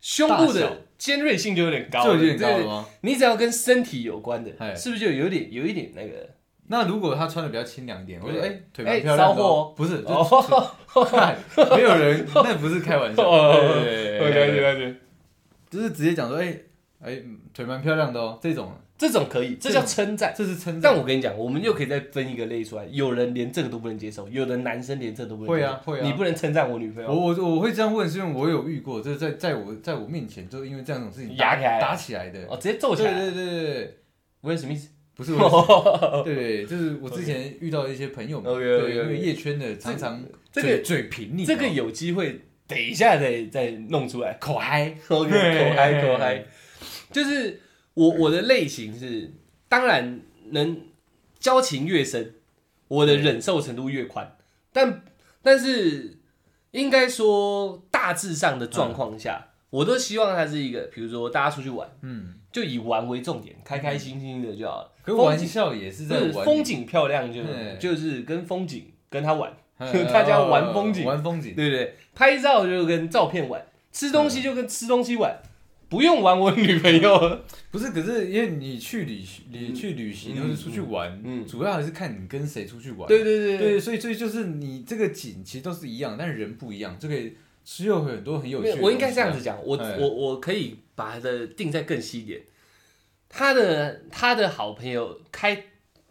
胸部大小的尖锐性就有点高就了，有点高对了吗？你只要跟身体有关哎的，是不是就有点有一点那个？那如果他穿的比较清凉一点，我对说哎，腿蛮哎漂亮骚的货哦，哦不是，就哦，看没有人，那不是开玩笑。哦对对对对对了解，就是直接讲说，哎哎，腿蛮漂亮的哦，这种这种可以，这叫称赞。这是称赞但。我跟你讲，我们又可以再分一个类出来，有人连这个都不能接受，有的男生连这个都不能接受。会啊会啊你不能称赞我女朋我友，我我会这样问，是因为我有遇过，就是在在我在我面前，就是因为这样种事情压打起来打起来的。哦，直接揍对起来。对对对对，我有什么意思？不是我， 对，就是我之前遇到一些朋友们， OK，OK，对，因为 OK 夜圈的常常这嘴个嘴贫你知这道吗，个有机会，等一下再再弄出来。口嗨， OK，对口嗨口嗨，就是我我的类型是，当然能交情越深，我的忍受程度越宽，但但是应该说大致上的状况下，我都希望它是一个，比如说大家出去玩，嗯，就以玩为重点，开开心心的就好了。可是玩笑也是在风景玩风，景漂亮就对就是跟风景跟他玩，嗯 大家玩风景玩风景，对不对？拍照就跟照片玩，吃东嗯西就跟吃东西玩，不用玩我女朋友。不是，可是因为你去旅行，你去旅行嗯或者出去玩，嗯嗯主要还是看你跟谁出去玩。对对对，所以所以就是你这个景其实都是一样，但人不一样，这个是有很多很有趣的没有东西啊。我应该这样子讲，我哎我我可以把它的定再更细一点。他的他的好朋友开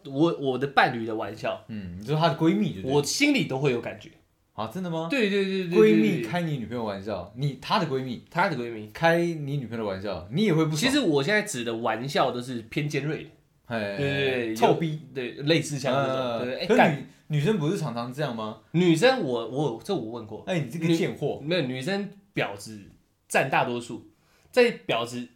我我的伴侣的玩笑，嗯，你说她的闺蜜就对了我心里都会有感觉。啊，真的吗？对对对对对，闺蜜对开你女朋友玩笑，你她的闺蜜她的闺蜜。开你女朋友的玩笑，你也会不其爽。实我现在指的玩笑都是偏尖锐的，哎，对对对，有臭逼，，嗯对，类似像这种，对，哎可干是女女生不是常常这样吗？女生我我这我问过，哎，你这个贱货，没有女生婊子占大多数，在婊子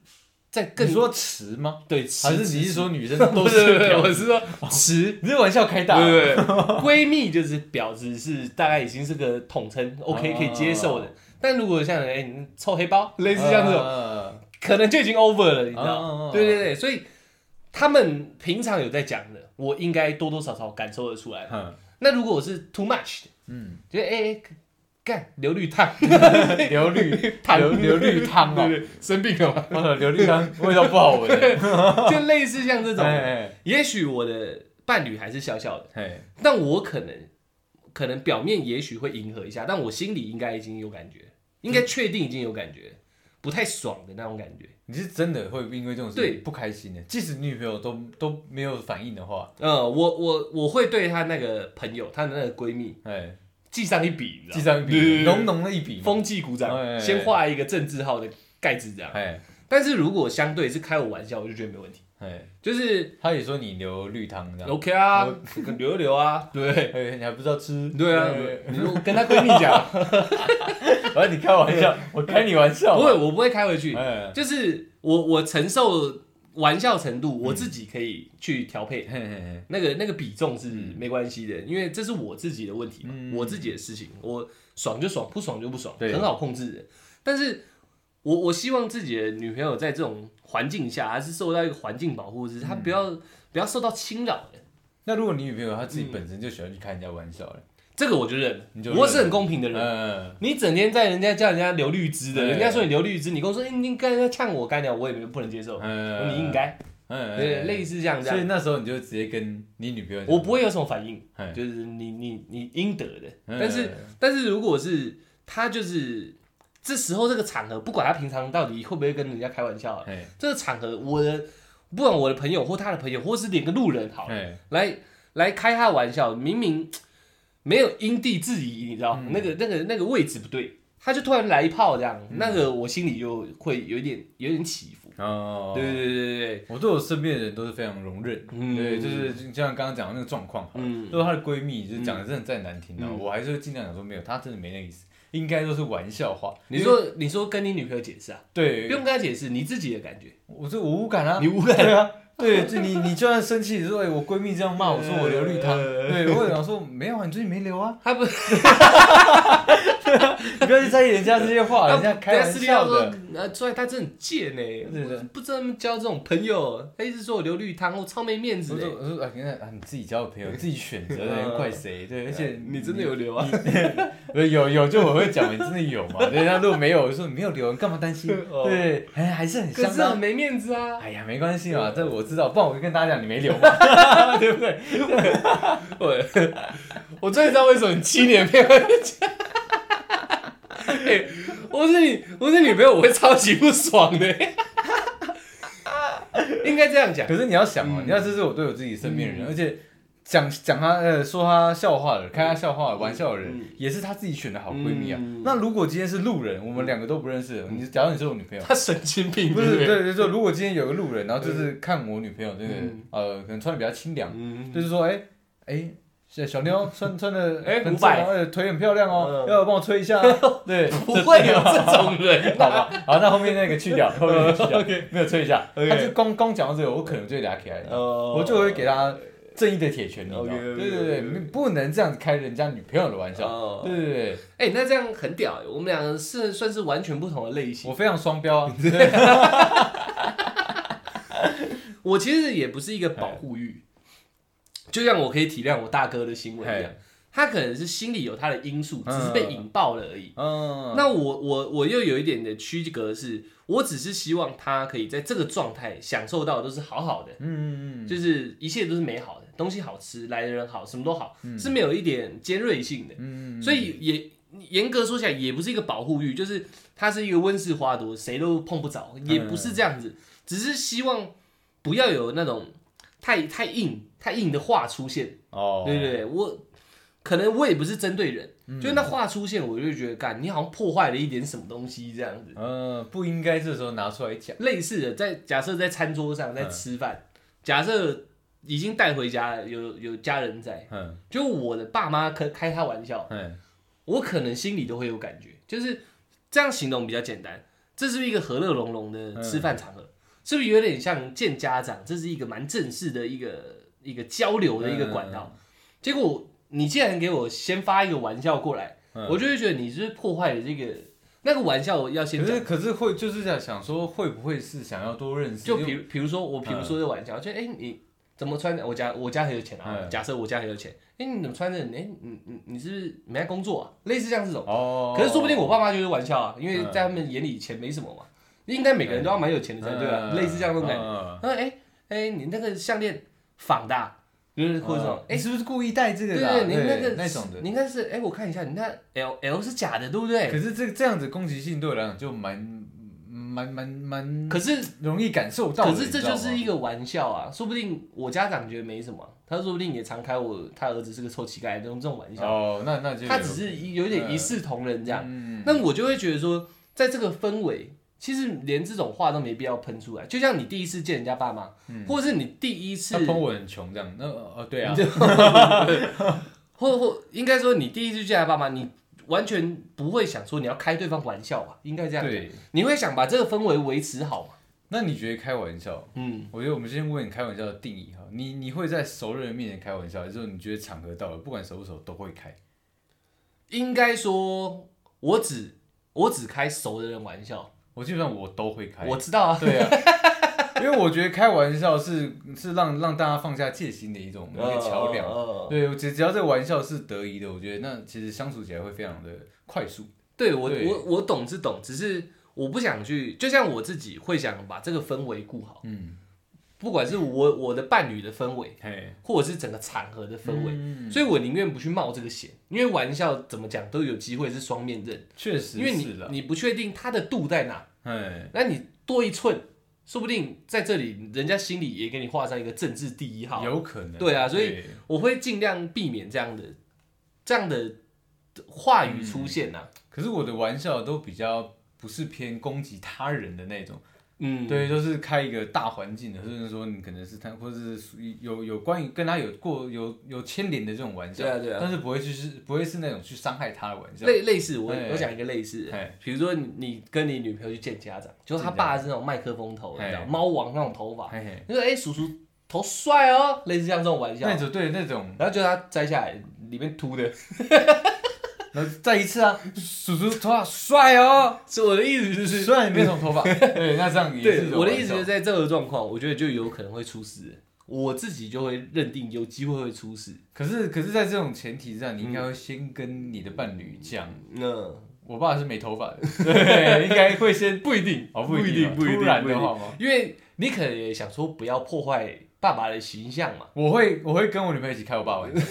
在更你说迟吗？对，还是池你是说女生不都是不是是不是，婊我子？是说池。你这玩笑开大了，对对对，闺蜜就是婊子，是大概已经是个统称，OK 啊可以接受的。但如果像哎、你臭黑包，类似像这种，嗯种，可能就已经 over 了，你知啊啊啊道？啊对对对，所以他们平常有在讲的，我应该多多少少感受得出来。嗯那如果我是 too much 的，嗯，就是哎哎干流绿烫，流绿烫流流绿汤对哦，对，生病了嘛，呃 流绿汤味道不好 闻，就类似像这种。哎也许我的伴侣还是笑笑的。哎哎，但我可能可能表面也许会迎合一下，但我心里应该已经有感觉，应该确定已经有感觉，不太爽的那种感觉。你是真的会因为这种事对情不开心的，即使女朋友都都没有反应的话，嗯，我我我会对她那个朋友，她的那个闺蜜哎，记上一笔，你记知道上吗一对对对笔，浓浓的一笔，风纪鼓哎哎哎掌，先画一个正字号的盖子这样。哎但是如果相对是开我玩笑，我就觉得没问题，哎，就是他也说你流绿汤这样， OK 啊，留一留啊，对。哎，你还不知道吃？对啊，你如果跟她闺蜜 讲，我你开玩笑，我开你玩笑，不会，，我不会开回去。哎，就是我我承受玩笑程嗯度，我自己可以去调配，嘿嘿嘿，那个那个比重是嗯没关系的，因为这是我自己的问题嘛，嗯我自己的事情，我爽就爽，不爽就不爽，对很好控制的。但是我我希望自己的女朋友在这种环境下，还是受到一个环境保护，就是嗯她不要、不要受到侵扰的。那如果你女朋友她自己本身就喜欢去开人家玩笑了，这个我就认了，你就我认是很公平的人。嗯，你整天在人家叫人家留绿枝的，对人家说你留绿枝，你跟我说、哎你跟人家呛我干掉，我也没不能接受。嗯哦你应该，嗯，对，类似像这所以样，那时候你就直接跟你女朋友讲，我不会有什么反应，嘿，就是你你你应得的。嗯但是但是如果是他就是这时候这个场合，不管他平常到底会不会跟人家开玩笑啊、哎这个场合我的不管我的朋友或他的朋友，或是连个路人好了哎，来来开他的玩笑，明明没有因地制宜，你知道、嗯那个那个那个位置不对，他就突然来一炮这样，那个我心里就会有一点有点起伏。哦，对对对对对，我对我身边的人都是非常容忍，嗯对，就是就像刚刚讲的那个状况，嗯嗯，就是她的闺蜜，就是讲的真的再难听呢，啊嗯我还是会尽量讲说没有，她真的没那个意思，应该都是玩笑话。你说你说跟你女朋友解释啊，不对，用跟她解释，你自己的感觉，我这我无感啊，你无感对啊，对，就你你就算生气，你说哎我闺蜜这样骂我说我流绿汤，呃对我也想说没有啊，你最近没流啊，他 不你不要去在意人家这 些话，人家开玩私底下笑说的，，呃，所以他真的很贱呢、对对我不知道他们交这种朋友，他一直说我留绿汤，我超没面子欸我的、说我说啊，你看啊，你自己交的 朋友，自己选择的，人怪谁？对，而且呃你真的有留啊？有呃有有，就我会讲，你真的有嘛？对，那如果没有，我说你没有留，你干嘛担心？哦对，还还是很可相是很当。没面子啊！哎呀，没关系嘛，这我知道，不然我就跟大家讲你没留 嘛，对不对？我 我终于知道为什么你七年没有人家。 哎我是你，我是女朋友，我会超级不爽的、 应该这样 讲，可是你要想嗯哦，你要这是我对我自己身边的人，而且讲讲他呃说他笑话的，开他笑话的玩笑的人嗯，也是他自己选的好闺蜜啊嗯。那如果今天是路人，我们两个都不认识，你假如你是我女朋友，他神经病，不对是，对对？对，就如果今天有个路人，然后就是看我女朋友，这个嗯呃，可能穿的比较清凉，嗯，就是说，哎哎，小小妞穿穿的哎很伍佰正啊哎腿很漂亮哦，嗯要不要帮我吹一下啊？对， 不会有这种人。 好吧，好，那后面那个去掉，后面那个去掉嗯 OK，没有吹一下， OK 他就光光讲到这个，我可能就会给他起来，哦我就会给他正义的铁拳，你知道吗？对 OK，OK，OK，对对，你不能这样子开人家女朋友的玩笑，哦对对对，哎、那这样很屌、欸，我们两个是算是完全不同的类型。我非常双标 啊，我其实也不是一个保护欲，就像我可以体谅我大哥的行为一样嘿，他可能是心里有他的因素，嗯只是被引爆了而已。嗯，那我我我又有一点的区隔是，我只是希望他可以在这个状态享受到的都是好好的，嗯嗯嗯就是一切都是美好的，东西好吃，来的人好，什么都好，是没有一点尖锐性的。嗯，所以也严格说起来，也不是一个保护欲，就是嗯它是一个温室花朵，谁都碰不着，也不是这样子，只是希望不要有那种太太硬太硬的话出现。哦，嗯对对对，我可能我也不是针对人，就那话出现，我就觉得干，你好像破坏了一点什么东西这样子。嗯，不应该这时候拿出来讲。类似的，在假设在餐桌上嗯在吃饭，假设已经带回家了，有有家人在，嗯就我的爸妈开开他玩笑，嗯我可能心里都会有感觉，就是这样形容比较简单。这是不是一个和乐融融的吃饭嗯场合，是不是有点像见家长？这是一个蛮正式的一个一个交流的一个管嗯道。结果你竟然给我先发一个玩笑过来，嗯我就会觉得你是破坏了这个那个玩笑要先可讲是可是会就是在想说会不会是想要多认识？就因比为嗯如比如说我，比如说这玩笑，就哎、你怎么穿的？我家我家很有钱啊，嗯假设我家很有钱，哎、你怎么穿的？哎、你你你是不是没在工作啊？类似像这种，哦，可是说不定我爸妈就是玩笑啊，因为嗯在他们眼里钱没什么嘛，应该每个人都要蛮有钱的才对啊，嗯类似像这种感觉。嗯他说哎哎、你那个项链仿的、啊，就是或者什么嗯，哎、你是不是故意带这个对的啊？对，你那个那种的你。应该是哎、我看一下，你那 L L 是假的，对不对可？是这这样子攻击性对我来讲就蛮蛮蛮蛮可是容易感受到的。可是这就是一个个玩笑啊，说不定我家长觉得没什么，他说不定也常开我他儿子是个臭乞丐那种这种玩笑，哦，那那就他有只是有点一视同仁这样。嗯那我就会觉得说，在这个氛围，其实连这种话都没必要喷出来。就像你第一次见人家爸妈，或者是你第一次嗯他，喷我很穷这样，那哦对啊，或或应该说你第一次见他爸妈，你完全不会想说你要开对方玩笑吧？应该这样，对。你会想把这个氛围维持好嘛？那你觉得开玩笑？嗯，我觉得我们先问你开玩笑的定义哈，你你会在熟人面前开玩笑，还是说你觉得场合到了，不管熟不熟都会开？应该说，我只我只开熟的人玩笑。我基本上我都会开，我知道啊，哎 对 啊，因为我觉得开玩笑是是让让大家放下戒心的一种一个桥梁。嗯嗯嗯对，我只只要这个玩笑是得宜的，我觉得那其实相处起来会非常的快速。对我对我我懂是懂，只是我不想去，就像我自己会想把这个氛围顾好，嗯，不管是我我的伴侣的氛围，嘿，或者是整个场合的氛围，嗯所以我宁愿不去冒这个险，因为玩笑怎么讲都有机会是双面刃，确实因为是你啦，你不确定他的度在哪，哎，那你多一寸，说不定在这里人家心里也给你画上一个政治第一号，有可能。对啊所以对我会尽量避免这样的这样的话语出现呐、啊，可是我的玩笑都比较不是偏攻击他人的那种。嗯，对，就是开一个大环境的，甚至说你可能是他，或者是属于有有关于跟他有过有有牵连的这种玩笑，对啊对啊但是不会去是不会是那种去伤害他的玩笑，类类似，我哎我讲一个类似的哎，比如说你你跟你女朋友去见家长，就是他见家爸是那种麦克风头，你哎知道猫王那种头发，嘿嘿，你说哎叔叔头帅哦，类似像这种玩笑，那种对 那种，然后就他摘下来里面秃的，然后再一次啊，叔叔头发帅哦， 是我的意思就是，虽然你没什 么头发，对，那这样也是一对种我的玩意思笑就是，在这个状况，我觉得就有可能会出事，我自己就会认定有机会会出事，可是可是在这种前提上，你嗯应该会先跟你的伴侣讲，那我爸是没头发的， 对，应该会先不一定哦不不一定啊不一定，突然不的一定话吗？因为你可能也想说不要破坏爸爸的形象嘛，我会我会跟我女朋友一起开我爸 玩笑。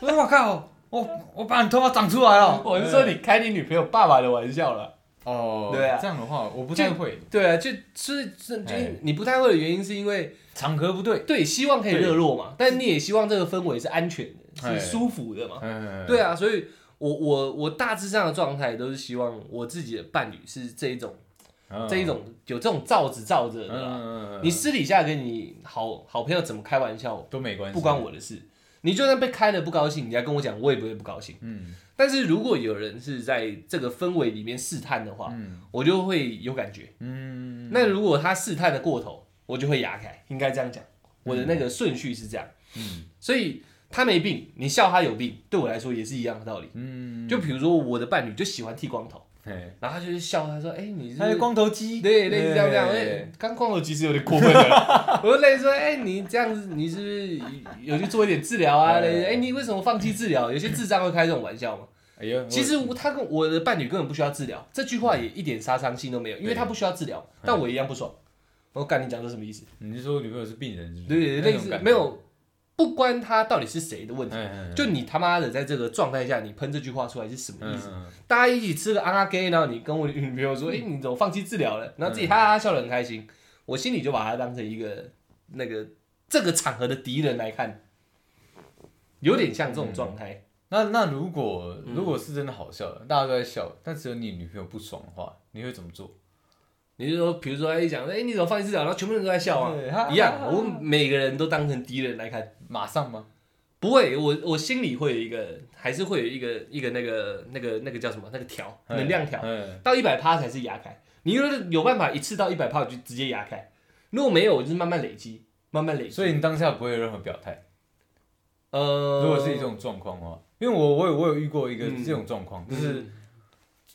我说我靠，我我把你头发长出来了我是说你开你女朋友爸爸的玩笑了。哦，对啊这样的话我不太会，对啊，就就是就哎你不太会的原因，是因为场合不对。对希望可以对热络嘛，但你也希望这个氛围是安全的，哎是舒服的嘛。嗯，对啊，所以我我我大致上的状态都是希望我自己的伴侣是这一种嗯这一，种有这种罩子罩着嗯的啦。嗯嗯你私底下跟你好好朋友怎么开玩笑，都没关系，不关我的事。你就算被开了不高兴，你要跟我讲，我也不会不高兴。嗯但是如果有人是在这个氛围里面试探的话，嗯我就会有感觉。嗯，那如果他试探的过头，我就会牙开，应该这样讲。我的那个顺序是这样，嗯所以他没病，你笑他有病，对我来说也是一样的道理。嗯，就比如说我的伴侣就喜欢剃光头，嘿然后他就是笑他说：“哎、你是不他是是光头鸡，对类似这样这样。对哎，刚光头其实有点过分了。 我就类似说：“哎、你这样子，你是不是有去做一点治疗啊？哎类似哎、你为什么放弃治疗？有些智障会开这种玩笑嘛。哎呦，我其实我他跟我的伴侣根本不需要治疗，这句话也一点杀伤性都没有，因为他不需要治疗，哎但我一样不爽。我说干你讲这什么意思？你是说我女朋友是病人是不对，是，那类种似哎感觉没，有不关他到底是谁的问题，嗯就你他妈的在这个状态下，你喷这句话出来是什么意思？嗯大嗯家一起吃个阿拉 gay，然后你跟我女朋友说，哎、你怎么放弃治疗了？然后自己哈哈哈笑得很开心，我心里就把他当成一个那个这个场合的敌人来看，有点像这种状态。那那如果如果是真的好笑的，大家都在笑，但只有你女朋友不爽的话，你会怎么做？你就说，比如说，哎，讲，哎，你怎么放一只脚，然后全部人都在笑对哈哈啊，哈一样，我每个人都当成敌人来看。马上吗？不会，我我心里会有一个，还是会有一个一个那个那个那个叫什么？那个条，能量条，嗯，到一百趴才是压开。你如果有办法一次到一百趴，我就直接压开；如果没有，我就是慢慢累积，慢慢累积。所以你当下不会有任何表态。呃，如果是一种状况的话，因为我我有我有遇过一个嗯这种状况，就嗯，是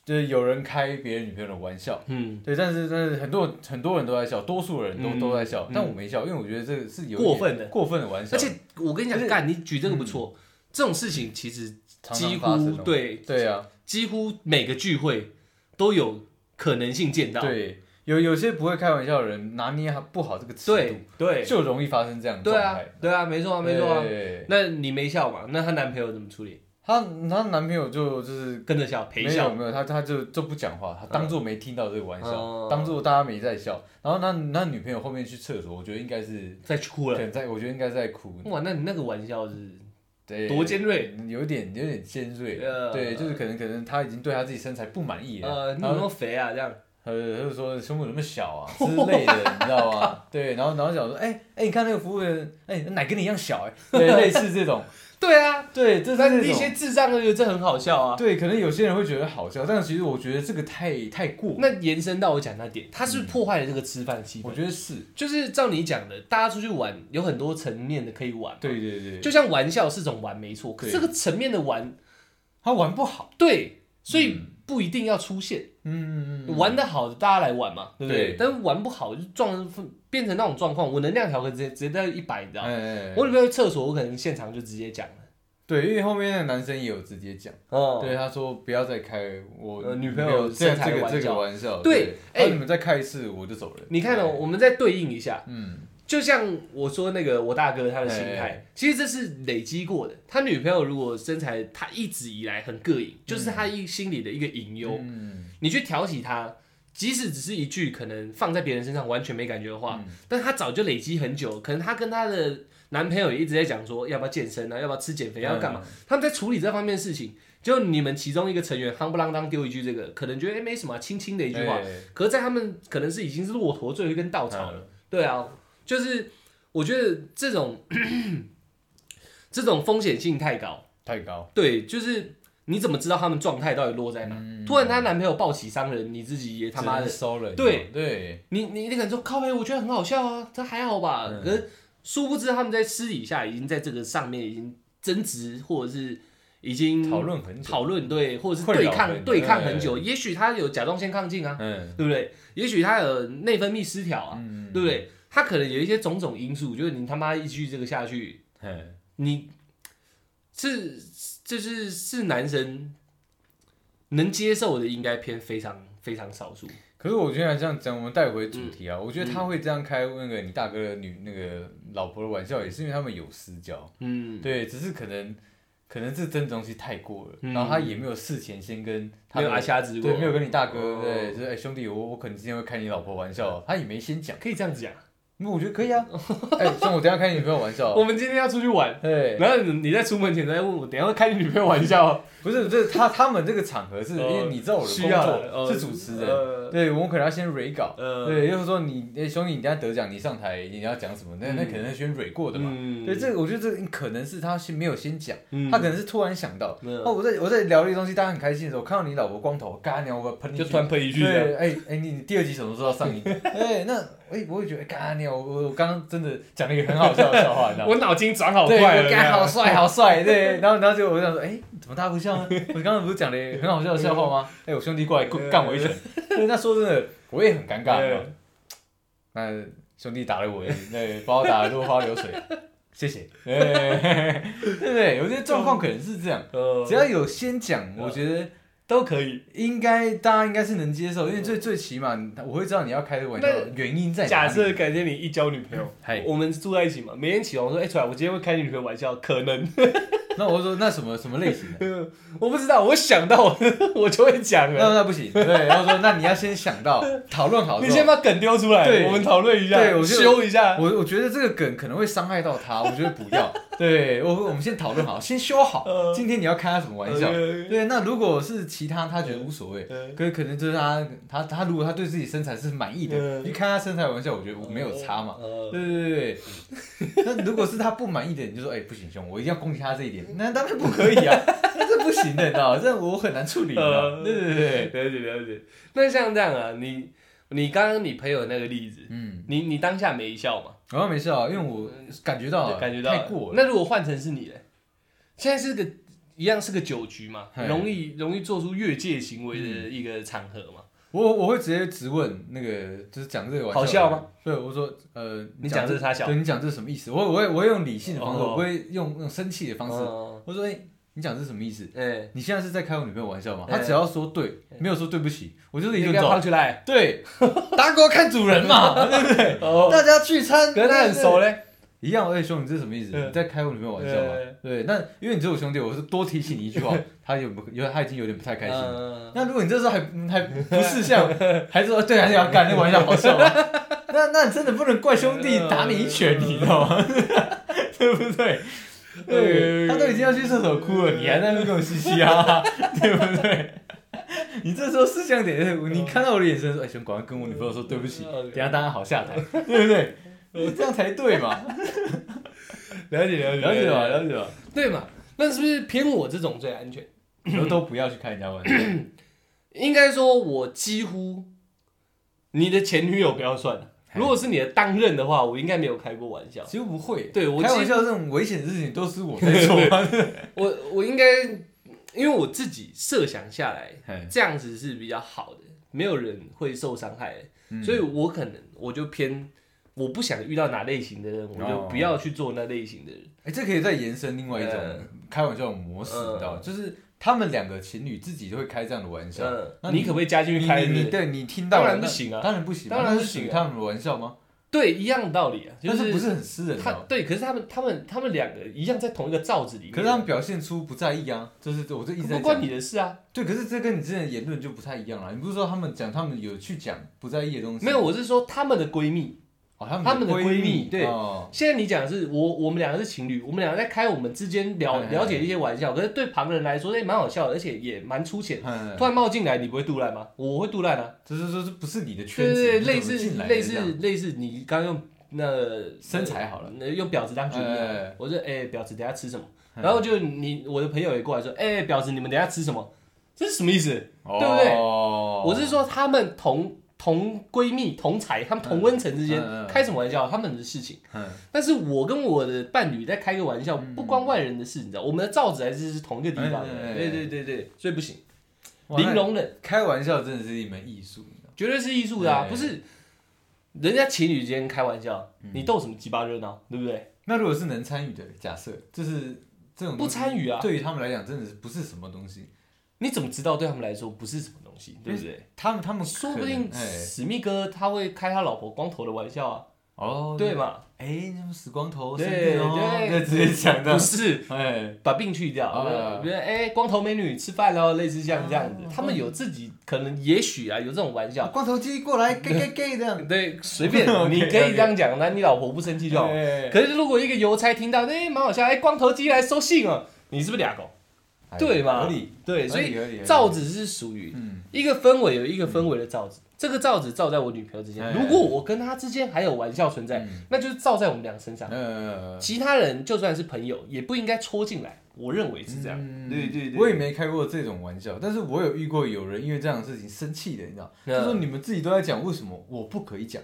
就是有人开别人女朋友的玩笑，嗯，对，但是但是很多很多人都在笑，多数人都、嗯都在笑嗯，但我没笑，因为我觉得这个是有过点分的过分的玩笑，而且我跟你就讲，是干，你举这个不错，这种事情其实常常几发生乎哦对对啊，几乎每个聚会都有可能性见到。对，有有些不会开玩笑的人拿捏不好这个尺对度，对就容易发生这样的对状啊态。，对啊，没错啊，没错啊。对那你没笑嘛？那她男朋友怎么处理？她她男朋友就就是跟着笑，陪没有笑。嗯没有，他他就就不讲话，他当做没听到这个玩笑，哦当做大家没在笑。然后那那女朋友后面去厕所，我觉得应该是再去哭可了，能在，我觉得应该是在哭，哇！那你那个玩笑是对，多尖锐，有点有点尖锐，呃对，就是可能可能他已经对他自己身材不满意了，呃，你然有没后有肥啊？这样，呃他就说胸部怎么小啊之类的，你知道吗？ 对，然后然后想说，哎、哎、你看那个服务员，哎、奶跟你一样小、哎，对，类似这种， 对啊，对，这是但那是一种些智障都觉得这很好笑啊。对，可能有些人会觉得好笑，但其实我觉得这个太太过，那延伸到我讲那点，他是不是破坏了这个吃饭的气嗯我氛。觉得是，就是照你讲的，大家出去玩有很多层面的可以玩，对对对，就像玩笑是种玩没错，可对这个层面的玩，他玩不好，对，所以嗯不一定要出现。嗯嗯嗯，玩的好的大家来玩嘛，对不对？对但是玩不好就撞变成那种状况，我能量条可以直接直接到一百，你知道吗？哎，我女朋友去厕所，我可能现场就直接讲了。对，因为后面那个男生也有直接讲，哦对，他说不要再开我呃女朋友这样身材这的个玩这个笑玩笑，对对，哎哎，你们再开一次我就走人，哎你看哦，对我们再对应一下，嗯，就像我说那个我大哥他的心态哎，其实这是累积过的。他女朋友如果身材，他一直以来很膈应，就是他一心里的一个隐忧。嗯，你去挑起他，即使只是一句可能放在别人身上完全没感觉的话，嗯但他早就累积很久。可能他跟他的男朋友也一直在讲说，要不要健身啊，要不要吃减肥，要干嗯嘛？他们在处理这方面的事情。就你们其中一个成员夯不啷当丢一句这个，可能觉得哎、诶没什么啊，轻轻的一句话，哎可是，在他们可能是已经是骆驼最后一根稻草了。嗯对啊，就是我觉得这种 这种风险性太高。太高，对，就是你怎么知道他们状态到底落在哪？嗯突然她男朋友抱起伤人，你自己也他妈的，收了，对哦对，你你你可能说靠背，我觉得很好笑啊，这还好吧？嗯可是殊不知他们在私底下已经在这个上面已经争执，或者是已经讨论很久，讨论对，或者是困对扰抗很对抗很对久。也许他有甲状腺亢进啊，嗯对不对？也许他有内分泌失调啊，嗯，对不对？他可能有一些种种因素，就是你他妈一句这个下去，嗯，你是就是是男生能接受的，应该偏非常非常少数。可是我觉得这样讲，我们带回主嗯题啊，我觉得他会这样开那个你大哥的女那个老婆的玩笑，也是因为他们有私交，嗯，对，只是可能可能这真的东西太过了，嗯然后他也没有事前先跟他没有的阿瞎子过，对，没有跟你大哦哥，对，就是哎兄弟，我我可能今天会开你老婆玩笑，他也没先讲，可以这样子讲。那我觉得可以啊， 哎，像我等一下开你女朋友玩笑 我，们今天要出去玩，对，然后你在出门前再问我，等一下会开你女朋友玩笑，哦不是，这他他们这个场合是因为你知道我的需工要哦作是主持人，对我们可能要先蕊稿，呃，对，就是说你哎兄弟，你等一下得奖，你上台你要讲什么，那那可能是先蕊过的嘛，嗯对，这个我觉得这个可能是他先没有先讲，嗯他可能是突然想到，没有哦，我在我在聊这个东西，大家很开心的时候，看到你老婆光头，干娘，我喷你就突然喷一句这样，对，哎、哎、你你第二集什么时候要上 映？哎、那哎、我会觉得，干你，我我我刚刚真的讲了一个很好笑的笑话，你知道吗？我脑筋转好对，快了啊这我样，干好帅，好帅，对。然后然后就我就想说，哎、怎么大家不笑呢？我刚刚不是讲了一个很好笑的 笑话吗？哎、我兄弟过来对干干我一拳。对，那说真的，我也很尴尬，你知道吗对那兄弟打了我，那把我打得落花流水，谢 谢。哎对不对？有些状况可能是这样，呃只要有先讲，我觉得。都可以。应该大家应该是能接受，因为最最起码我会知道你要开这个玩笑嗯那原因在哪假里。设改天你一交女朋友嗨，哎我们住在一起嘛，每天起床说，哎、出来，我今天会开你女朋友玩笑，可能 那我就说那什么什么类型的？我不知道，我想到我 我就会讲那了。那不行，对，然后说那你要先 想到讨论好之后，你先把梗丢出来，对我们讨论一下，对我就修一下。我我觉得这个梗可能会伤害到他，我觉得不 要。对我，我们先讨论好，先修好。呃今天你要开他什么玩笑？嗯对，那如果是其他，他觉得无所谓。呃可可能就是他，他他如果他对自己身材是满意的，嗯你开他身材玩笑，我觉得我没有差嘛。呃对对嗯对对，那如果是他不满意的，你就说，哎、不行兄，我一定要攻击他这一嗯点，那当然不可以啊，那这不行的，你知道吗？这我很难处理的。呃对啊对对，了解了解。那像这样啊，你你刚刚你朋友那个例子，嗯，你你当下没笑嘛？然后没事啊，因为我感觉到了对感觉到啊太过了，那如果换成是你嘞？现在是个一样是个酒局嘛，嘿嗯容易容易做出越界行为的一个场合嘛。我我会直接质问那个，就是讲这个玩笑好笑吗？对，我说，呃，你讲这是啥笑对你讲这是什么意思？我我会我会用理性的方式，哦我不会用那种生气的方式。哦，我说，哎、你讲这是什么意思？哎，你现在是在开我女朋友玩笑吗？哎他只要说对，没有说对不起，我就是一你顿不要揍抛。出来。对，打狗看主人嘛，对不对？哦，大家聚餐，可是他很 熟啊了，嘞。 一样。哎、兄，你这是什么意思？嗯你在开我女朋友玩笑吗？对，那因为你是我兄弟，我是多提醒你一句 话，他有不有他已经有点不太开心了。嗯那如果你这时候还嗯还不识相， 还说对，还啊是要干那玩笑好笑吗， 那那你真的不能怪兄弟打你一拳，你知道吗？对不对？嗯 对，他都已经要去厕所哭了，你还在那边跟我嘻嘻哈 哈，对不对？ 你这时候思想点，你看到我的眼神说，哎，兄，赶快跟我女朋友说对不起，嗯等一啊下大家好下台， 对不对？呃这样才对嘛？了解了 了解吧，了 解吧，对嘛？那是不是偏我这种最安全？以后都不要去开人家玩笑。 应该说，我几乎你的前女友不要算了。如果是你的当任的话，我应该没有开过玩笑。几乎不会，对我开几乎玩笑这种危险的事情都是我在做啊， 我我应该，因为我自己设想下来，嘿这样子是比较好的，没有人会受伤害的。嗯所以我可能我就偏，我不想遇到哪类型的人，我就不要去做那类型的人。哎、这可以再延伸另外一种嗯开玩笑的模式，嗯你知道吗？就是他们两个情侣自己就会开这样的玩笑。那嗯，你你可不可以加进你去开？你你对你听到当了然那不行啊当然不行嘛，当然那不是属于行啊他们的玩笑吗？对，一样的道理啊，就但是不是很私人他哦？对，可是他们他们他们两个一样在同一个罩子里面，可是他们表现出不在意啊，就是我这一直不在关讲你。的事啊。对，可是这跟你之前的言论就不太一样了。你不是说他们讲他们有去讲不在意的东西？没有，，我是说他们的闺蜜。哦，他们他们的闺闺蜜对哦现在你讲的是我我们两个是情侣，我们两个在开我们之间哎聊哎哎了解一些玩笑，可是对旁人来说，哎，蛮好笑的，而且也蛮粗浅。嗯，突然冒进来，你不会杜烂吗？我会杜烂啊。就是说这不是你的圈对子，对对，你怎么类似进来的类这样似类似，你刚用那个身材好了，呃用婊子当举例哎好哎了哎，我说哎，婊子等下吃什么？嗯然后就你我的朋友也过来说，哎，婊子你们等下吃什么？这是什么意思？对不对哦、我是说她们同同闺蜜同才，她们同温层之间嗯嗯嗯开什么玩笑，她们的事情。嗯，但是我跟我的伴侣在开个玩笑，嗯不关外人的事，你知道，我们的罩子还是是同一个地方哎哎哎的，对对对对，所以不行，哇那 零容忍，开玩笑真的是一门艺术，你知道吗绝对是艺术的啊哎，不是人家情侣之间开玩笑，嗯你逗什么鸡巴热闹，对不对？那如果是能参与的，假设就是这种不参与啊对于他们来讲真的是不是什么东西，你怎么知道对他们来说不是什么东西，对不对？他们他们说不嗯可能定哎史密哥他会开他老婆光头的玩笑啊，哦对？嘛？哎，那么死光头，对生病哦，对就直接讲不的，是哎，把病去掉啊，比如哎光头美女吃饭喽，类似像这样子啊，他们有自己可能也许啊有这种玩笑，光头鸡过来，gay gay gay 这样，对，随 便 OK，OK 你可以这样讲，那你老婆不生气就好。哎可是如果一个邮差听到，哎、蛮好笑，哎、光头鸡来收信哦，你是不是俩狗？哎对嘛合理，对，所合理合理合以理罩子是属于嗯，一个氛围有一个氛围的罩子，这个罩子罩在我女朋友之哎间，如果我跟她之间还有玩笑存在，嗯那就是罩在我们俩身上。呃，其他人就算是朋友，也不应该戳进来，我认为是这样。嗯对对对我也没开过这种玩笑，但是我有遇过有人因为这样的事情生气的，你知道，嗯就说你们自己都在讲，为什么我不可以讲？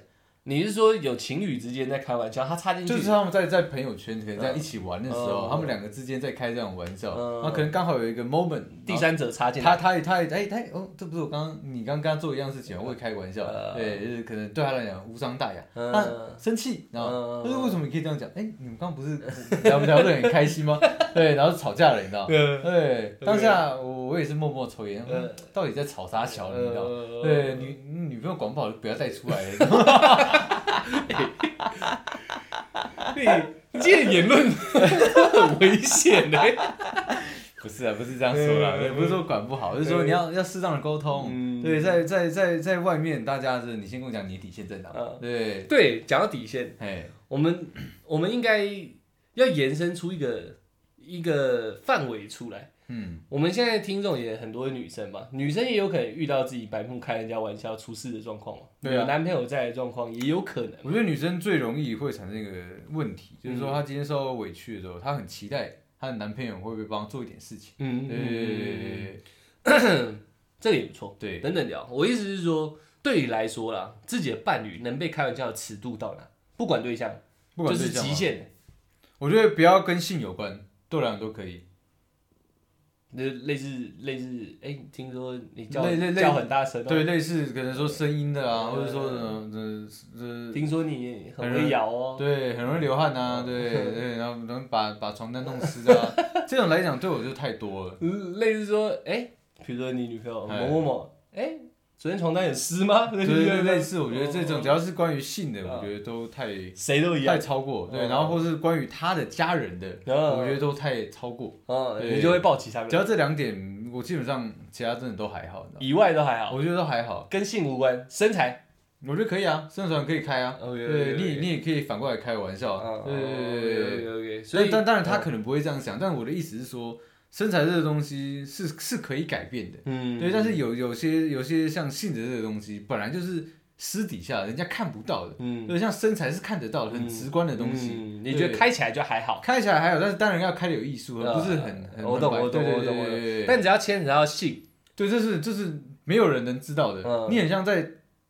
你是说有情侣之间在开玩笑，他插进去，就是他们在在朋友圈可能在一起玩的时嗯候，他们两个之间在开这种玩笑，嗯然后可能刚好有一个 moment，第三者插进然后他来，他也他也哎他也哦，这不是我刚刚你刚刚做一样事情啊吗，我也开个玩笑，嗯对，就是可能对他来讲无伤大雅，嗯他生气，然后嗯但是为什么你可以这样讲？哎，你们刚刚不是 聊聊得很开心吗？ 对，然后吵架了，你知道吗？呃对，当下我我也是默默抽烟，嗯到底在吵啥小，你知道吗？呃对，女女朋友管不好就不要带出来了，对， 你这个言论 很危险的、 不是啊，不是这样说啦，嗯也不是说管不好，就是说你要要适当的沟嗯通。对，在在在在外面，大家是你先跟我讲你的底线在哪嗯，对，对，讲到底线，哎，我们我们应该要延伸出一个一个范围出来。嗯，我们现在听众也很多女生嘛，女生也有可能遇到自己白目开人家玩笑出事的状况嘛，对啊有男朋友在的状况也有可能。我觉得女生最容易会产生一个问题，就是说她今天受到委屈的时候，她很期待她的男朋友会不会帮她做一点事情。嗯，对对对对这个也不错。对对等等聊，我意思是说，对你来说啦，自己的伴侣能被开玩笑的尺度到哪？不管对象，不管啊就是是这样极吗。限的，我觉得不要跟性有关，对两个都可以。那类似类似，哎、听说你叫类类类叫很大声、哦，对，类似可能说声音的啊，对或者说什么这这听说你很会摇哦，对，很容易流汗啊，对对， 然后能把把床单弄湿 啊，这种来讲对我就太多了。类似说，哎、比如说你女朋友哎某某某，哎、昨天床单有湿吗？哦对对 对，类似，我觉得这种只要是关于性的，我觉得都太谁都一太样，超过，对，嗯然后或是关于他的家人的，嗯我觉得都太超过。嗯，对你就会抱起他们，只要这两点，我基本上其他真的都还好，你知以外都还道吗好，我觉得都还好，跟性无关，身材，我觉得可以啊，生存可以开啊，哦有有有对有你有你也可以反过来开玩笑啊，对对对对对。对，所哦所以，以哦嗯但当然他可能不会这样想，但我的意思是说，身材这个东西是是可以改变的，嗯，对。但是有有些有些像性的这个东西，本来就是私底下人家看不到的，嗯，对，像身材是看得到的，很直观的东西。嗯你觉得对开起来就还好，开起来还有，但是当然要开的有艺术，啊而不是很呃很我懂很白我懂对我对懂对我懂对对对但只要牵扯到性，对，这是这是没有人能知道的嗯，你很像在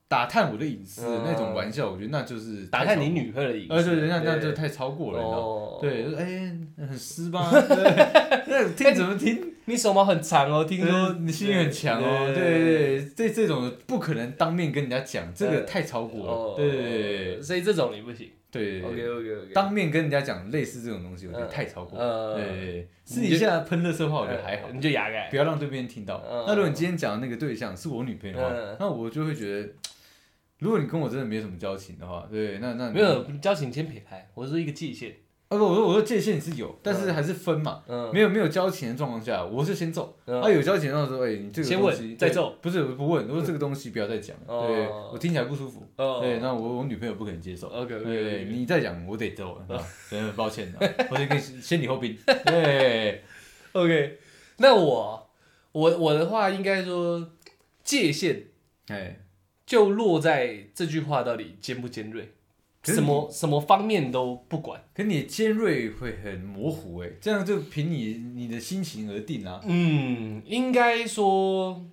打探我的隐私的嗯那种玩笑，我觉得那就是打太探超你，女朋友的隐私，呃，对对，那那就太超过了，你知道吗哦，对，就是哎、很湿吧？对 那听怎么听？你手毛很长哦，听听说说你心很强哦，对对对，这这种不可能当面跟人家讲，这个太超过哦了，，对对所以这种你不行。对对 OK 对， OK OK，当面跟人家讲类似这种东西，我觉得太超过了，呃对对对，私底下喷热色话我觉得还好，你就牙改不。要让对面听到嗯。那如果你今天讲的那个对象是我女朋友的嗯话，那我就会觉得，如果你跟我真的没什么交情的话，对，那那你没有交情先撇开，我说一个界限。啊不，我说我说界限是有，但是还是分嘛，嗯，没有没有交情的状况下，我是先揍。嗯啊，有交情的时候，哎、你这个先东问西再对揍不是我不问，我说这个东西不要再讲了，哦对我听起来不舒服，哦对，那我我女朋友不可能接受， OK 对 OK 对，你再讲我得揍，啊哦 真的抱歉啊，我先跟你先礼后兵，对， OK，那我我我的话应该说界限哎，就落在这句话到底尖不尖锐，可是什你么什么方面都不管。可你尖锐会很模糊、哎，这样就凭你你的心情而定啊，嗯，应该说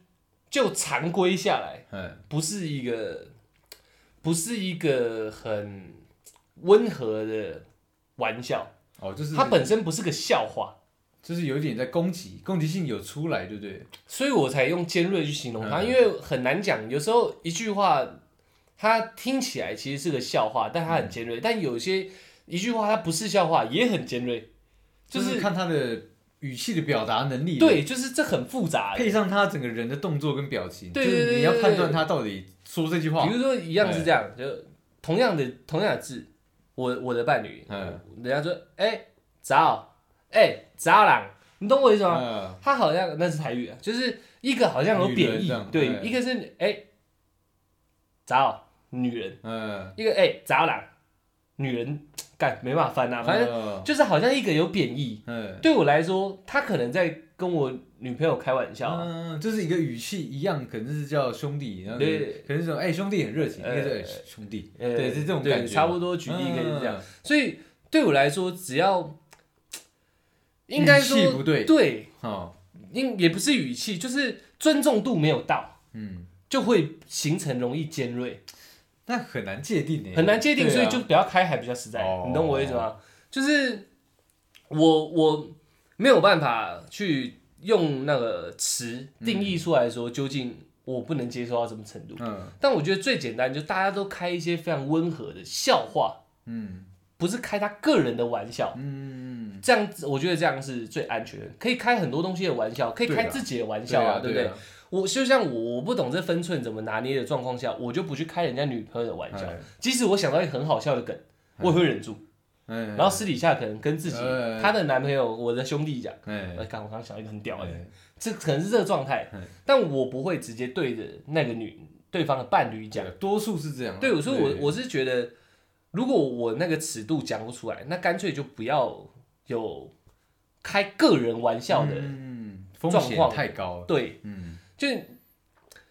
就常规下来，嗯，不是一个，不是一个很温和的玩笑，哦，就是它本身不是个笑话，就是有一点在攻击，攻击性有出来，对不对？所以我才用尖锐去形容它，嗯因为很难讲。有时候一句话，它听起来其实是个笑话，但它很尖嗯锐；但有些一句话它不是笑话，也很尖锐，就就是是看他的语气的表达能力，对，就是这很复杂。配上他整个人的动作跟表情，对就是对对你要判断他到底说这句话比，如说一样是这样，就同样的同样的字，我我的伴侣，嗯人家说哎、早，哎、早朗，你懂我意思吗？嗯，他好像那是台语啊，就是一个好像有贬女人义这样，对哎，一个是哎，早女人，嗯，一个哎早朗女人，干没办法翻啊，反正正就是好像一个有贬义。嗯对我来说，他可能在跟我女朋友开玩笑啊，嗯，就是一个语气一样，可能是叫兄弟，然后可能对可能是说哎兄弟很热情，一呃个是哎兄弟，呃对，是这种感觉，差不多举例可以是这样嗯。，所以对我来说，只要应该语气不说对，对，哦，应也不是语气，就是尊重度没有到，嗯，就会形成容易尖锐。那很难界定诶，很难界定，对所啊以就不要开还比较实在。哦你懂我意思吗？就是我我没有办法去用那个词嗯定义出来说究竟我不能接受到什么程度。嗯但我觉得最简单，就大家都开一些非常温和的笑话，嗯不是开他个人的玩笑。嗯，这样子，我觉得这样是最安全的，可以开很多东西的玩笑，可以对开啦自己的玩笑啊，对对不对？啊对啊？我就像我我不懂这分寸怎么拿捏的状况下，我就不去开人家女朋友的玩笑哎，即使我想到一个很好笑的梗，我也会忍住。然然后私底下可能跟自己哎她的男朋友、我的兄弟讲，哎哎，，刚我刚想到一个很屌的，哎这可能是这个状态嗯，但我不会直接对着那个女对方的伴侣讲。多数是这样啊。对，所以我我是觉得，如果我那个尺度讲不出来，那干脆就不要有开个人玩笑的，嗯，风状险况太高了。对，嗯，就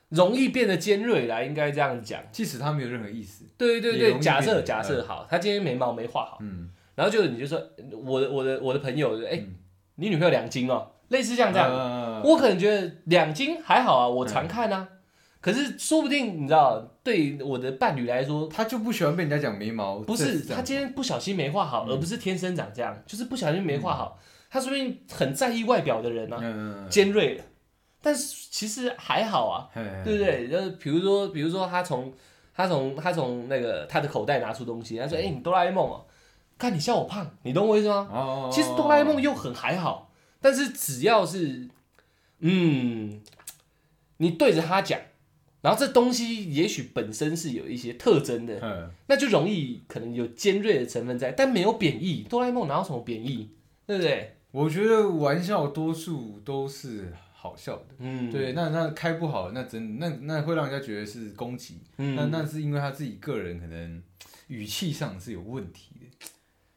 容易变得尖锐啦，应该这样讲。即使他没有任何意思，对对也容对，易假变设得假设好，他今天眉毛没画好，嗯，然后就你就说，我的我的我的朋友，哎、嗯你女朋友两斤哦，类似像这样，样我可能觉得两斤还好啊，我嗯常看啊。可是说不定你知道，对我的伴侣来说，他就不喜欢被人家讲眉毛，不这是这样嗯他今天不小心没画好，而不是天生长这样，就是不小心没画好。他说不定很在意外表的人啊，嗯，尖锐的，但是其实还好啊，嗯对不对？就是比如说，比如说他从他从他从那个他的口袋拿出东西，他嗯说：“哎、你哆啦 A 梦哦，看你笑我胖，你懂我意思吗？”哦，其实哆啦 A 梦又很还好，但是只要是，嗯，你对着他讲，然后这东西也许本身是有一些特征的，嗯，那就容易可能有尖锐的成分在，但没有贬义。哆啦 A 梦哪有什么贬义，对不对？我觉得玩笑多数都是好笑的。嗯，对，，那那开不好，那真那那会让人家觉得是攻击，嗯，那那是因为他自己个人可能语气上是有问题的。